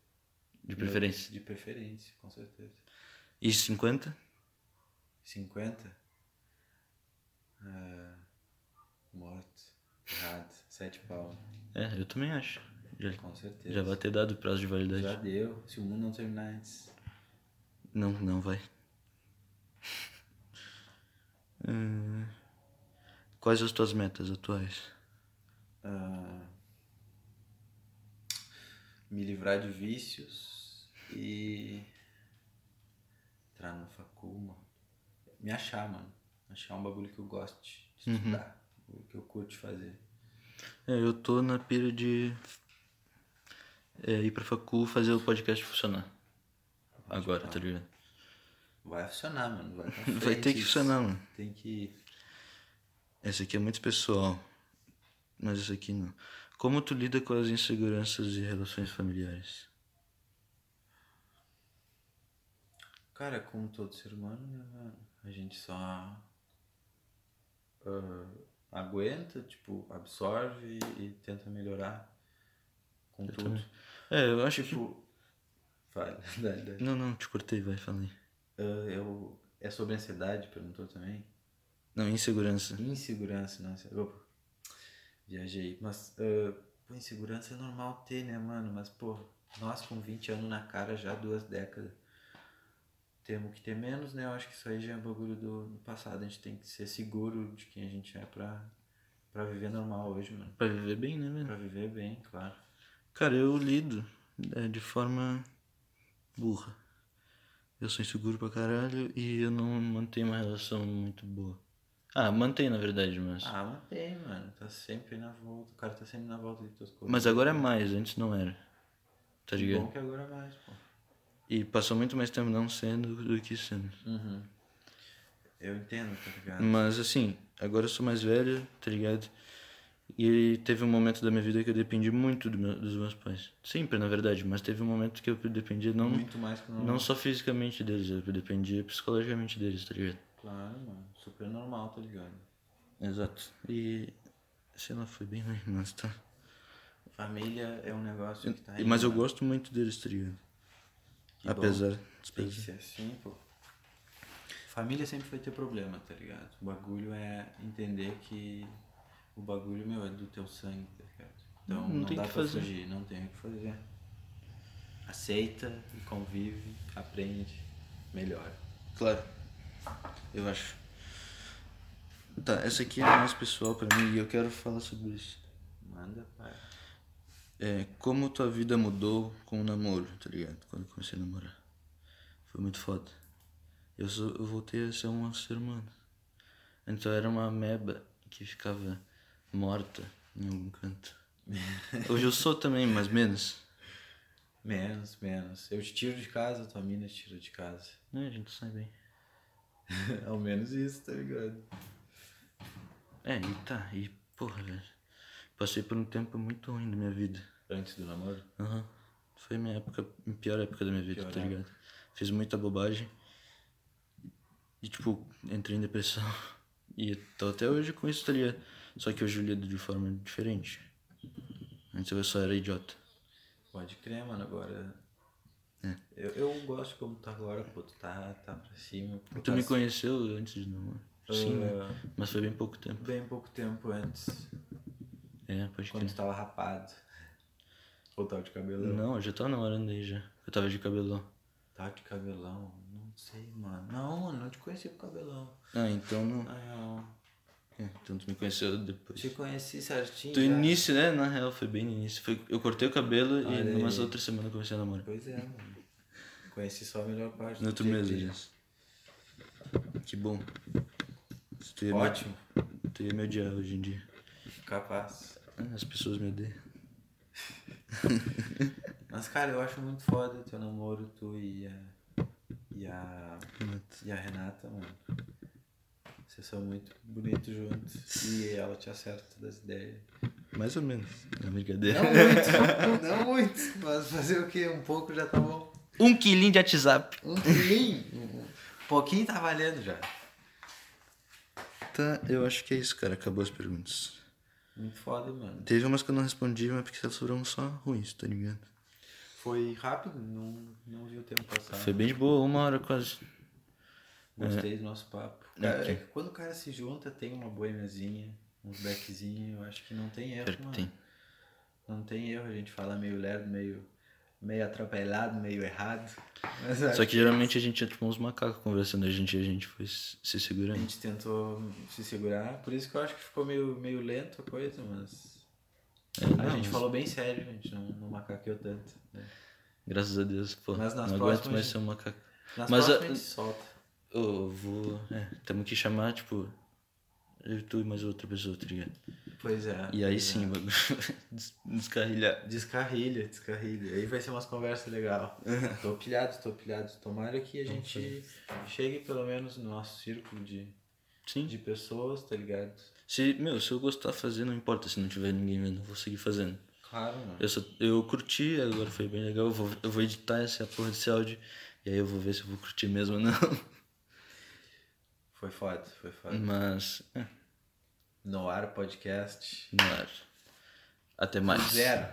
Speaker 1: De preferência.
Speaker 2: De preferência, com certeza.
Speaker 1: E 50?
Speaker 2: 50? Ah, morto. Errado. Sete pau.
Speaker 1: É, eu também acho. Já,
Speaker 2: Com certeza.
Speaker 1: já vai ter dado o prazo de validade.
Speaker 2: Já deu. Se o mundo não terminar antes.
Speaker 1: Não, não vai. Hum, Quais as tuas metas atuais?
Speaker 2: ah, me livrar de vícios e entrar no facul, mano. Me achar, mano. Achar um bagulho que eu goste de
Speaker 1: Uhum.
Speaker 2: estudar. O que eu curto fazer.
Speaker 1: É, eu tô na pira de é, ir pra facul fazer o podcast funcionar. Agora, tá ligado?
Speaker 2: Vai funcionar, mano. Vai, pra
Speaker 1: Vai ter
Speaker 2: frente
Speaker 1: que
Speaker 2: isso.
Speaker 1: funcionar, mano.
Speaker 2: Tem que.
Speaker 1: Esse aqui é muito pessoal, mas esse aqui não. Como tu lida com as inseguranças e relações familiares?
Speaker 2: Cara, como todo ser humano, né, mano? A gente só ah, aguenta, tipo, absorve e tenta melhorar com tudo.
Speaker 1: É, eu acho
Speaker 2: Tipo. Fala, dale, dale.
Speaker 1: que. Não, não, te cortei, vai, falei.
Speaker 2: Ah, eu... É sobre ansiedade, perguntou também.
Speaker 1: Não, insegurança.
Speaker 2: Insegurança, não. ansiedade. Opa. Viajei. Mas, ah, pô, insegurança é normal ter, né, mano? Mas, pô, nós com 20 anos na cara já duas décadas. Temos que ter menos, né? Eu acho que isso aí já é um bagulho do, do passado. A gente tem que ser seguro de quem a gente é pra Pra viver normal hoje, mano.
Speaker 1: Pra viver bem, né, velho?
Speaker 2: Pra viver bem, claro.
Speaker 1: Cara, eu lido é, de forma burra. Eu sou inseguro pra caralho e eu não mantenho uma relação muito boa. Ah, mantenho na verdade, mas.
Speaker 2: Ah, mantém, mano. Tá sempre na volta. O cara tá sempre na volta de tuas coisas.
Speaker 1: Mas agora é mais, antes não era. Tá
Speaker 2: Que
Speaker 1: ligado?
Speaker 2: bom que agora mais, pô.
Speaker 1: E passou muito mais tempo não sendo do que sendo.
Speaker 2: É.
Speaker 1: Uhum.
Speaker 2: Eu entendo, tá ligado?
Speaker 1: Mas assim, agora eu sou mais velho, tá ligado? E teve um momento da minha vida que eu dependi muito do meu- dos meus pais. Sempre, na verdade, mas teve um momento que eu dependia não,
Speaker 2: Muito mais que normal.
Speaker 1: não só fisicamente deles, eu dependia psicologicamente deles, tá ligado?
Speaker 2: Claro, mano. Super normal, tá ligado?
Speaker 1: Exato. E. Sei lá, foi bem ruim, mas tá.
Speaker 2: Família é um negócio que tá aí.
Speaker 1: Mas eu
Speaker 2: mano.
Speaker 1: gosto muito deles, tá ligado?
Speaker 2: Que bom.
Speaker 1: Apesar dos
Speaker 2: Tem que
Speaker 1: pesares.
Speaker 2: ser assim, pô. Família sempre vai ter problema, tá ligado? O bagulho é entender que o bagulho, meu, é do teu sangue, tá ligado? Então
Speaker 1: Não
Speaker 2: não,
Speaker 1: tem
Speaker 2: dá
Speaker 1: o que
Speaker 2: pra
Speaker 1: fazer.
Speaker 2: fugir, não tem o que fazer. Aceita e convive, aprende, melhora.
Speaker 1: Claro. Eu acho. Tá, essa aqui é mais pessoal pra mim e eu quero falar sobre isso.
Speaker 2: Manda, pai.
Speaker 1: É, como tua vida mudou com o namoro, tá ligado? Quando eu comecei a namorar. Foi muito foda. Eu, sou, eu voltei a ser um ser humano. Antes eu era uma ameba que ficava morta em algum canto. Hoje eu sou também, mas menos.
Speaker 2: Menos, menos. Eu te tiro de casa, tua mina te tira de casa.
Speaker 1: Né, a gente sai bem.
Speaker 2: Ao menos isso, tá ligado?
Speaker 1: É, e tá, e porra, velho. Passei por um tempo muito ruim da minha vida.
Speaker 2: Antes do namoro?
Speaker 1: Aham. Foi minha época, a pior época da minha vida,
Speaker 2: Pior
Speaker 1: tá ligado? Fiz muita bobagem. E, tipo, entrei em depressão. E tô até hoje com isso, tá ligado? Só que hoje eu lido de forma diferente. Antes eu só era idiota.
Speaker 2: Pode crer, mano, agora.
Speaker 1: É.
Speaker 2: Eu, eu gosto como tá agora, pô, tu tá, tá pra cima. pô,
Speaker 1: Tu
Speaker 2: tá
Speaker 1: me conheceu antes de namoro? Sim, né?
Speaker 2: Ah,
Speaker 1: Mas foi bem pouco tempo.
Speaker 2: Bem pouco tempo antes,
Speaker 1: É, pode
Speaker 2: quando
Speaker 1: crer.
Speaker 2: tu tava rapado. Ou tava de cabelão?
Speaker 1: Não, eu já tava namorando aí já. Eu tava de cabelão.
Speaker 2: Tava de cabelão, não sei, mano. Não, mano, não te conheci com cabelão.
Speaker 1: Ah, então não.
Speaker 2: Ah, não.
Speaker 1: É, então tu me conheceu depois.
Speaker 2: Te conheci certinho.
Speaker 1: Do
Speaker 2: já.
Speaker 1: início, né? Na real, foi bem no início. Foi, eu cortei o cabelo
Speaker 2: Olha
Speaker 1: e numas
Speaker 2: aí.
Speaker 1: outras semanas eu comecei a namorar.
Speaker 2: Pois é, mano. Conheci só a melhor parte.
Speaker 1: No outro
Speaker 2: dia
Speaker 1: mês,
Speaker 2: que-
Speaker 1: aliás. Que bom. Tu ia me-
Speaker 2: Ótimo,
Speaker 1: Tu ia me odiar hoje em dia.
Speaker 2: capaz.
Speaker 1: Ah, As pessoas me odeiam.
Speaker 2: Mas, cara, eu acho muito foda teu namoro, tu e a. E a. E a Renata, mano. Vocês são muito bonitos juntos. E ela te acerta das ideias.
Speaker 1: Mais ou menos. É brincadeira.
Speaker 2: Não muito, não muito. Mas fazer o quê? Um pouco já tá bom.
Speaker 1: Um quilinho de WhatsApp.
Speaker 2: Um pouquinho. Um pouquinho tá valendo já.
Speaker 1: Tá, eu acho que é isso, cara. Acabou as perguntas.
Speaker 2: Muito foda, mano.
Speaker 1: Teve umas que eu não respondi, mas porque elas foram só ruins, tá ligado?
Speaker 2: Foi rápido, não, não vi o tempo passar.
Speaker 1: Ah, Foi é. bem de boa, uma hora quase.
Speaker 2: Gostei do nosso papo. Cara, é que quando o cara se junta, tem uma boêmiazinha, uns backzinhos, eu acho que não tem erro,
Speaker 1: Pior que
Speaker 2: mano.
Speaker 1: tem.
Speaker 2: Não tem erro, a gente fala meio lerdo, meio, meio atrapalhado, meio errado. Mas acho
Speaker 1: Só que geralmente a gente é tipo uns macacos conversando, a gente, a gente foi se se
Speaker 2: A
Speaker 1: segurando.
Speaker 2: gente tentou se segurar, por isso que eu acho que ficou meio, meio lento a coisa, mas. a
Speaker 1: não,
Speaker 2: gente
Speaker 1: mas-
Speaker 2: falou bem sério, a gente não, não macaqueou tanto. né?
Speaker 1: Graças a Deus, pô.
Speaker 2: Mas nas
Speaker 1: não aguento
Speaker 2: próximas
Speaker 1: mais
Speaker 2: a
Speaker 1: ser um macaco.
Speaker 2: Nas
Speaker 1: Mas ah,
Speaker 2: próximas
Speaker 1: a-
Speaker 2: a gente solta.
Speaker 1: Eu vou. É, temos que chamar, tipo. Eu, tu e mais outra pessoa, tá ligado?
Speaker 2: Pois é.
Speaker 1: E aí sim, o bagulho des- descarrilhar.
Speaker 2: Descarrilha, descarrilha. Aí vai ser umas conversas legais. tô pilhado, tô pilhado. Tomara que a gente chegue pelo menos no nosso círculo de,
Speaker 1: Sim.
Speaker 2: de pessoas, tá ligado?
Speaker 1: Se, meu, se eu gostar de fazer, não importa se não tiver ninguém vendo, eu vou seguir fazendo.
Speaker 2: Claro, mano.
Speaker 1: Eu, só, eu curti, agora foi bem legal. Eu vou, eu vou editar essa porra desse áudio. E aí eu vou ver se eu vou curtir mesmo ou não.
Speaker 2: Foi foda, foi foda.
Speaker 1: Mas. É,
Speaker 2: No ar podcast.
Speaker 1: não era. Até mais.
Speaker 2: Zero.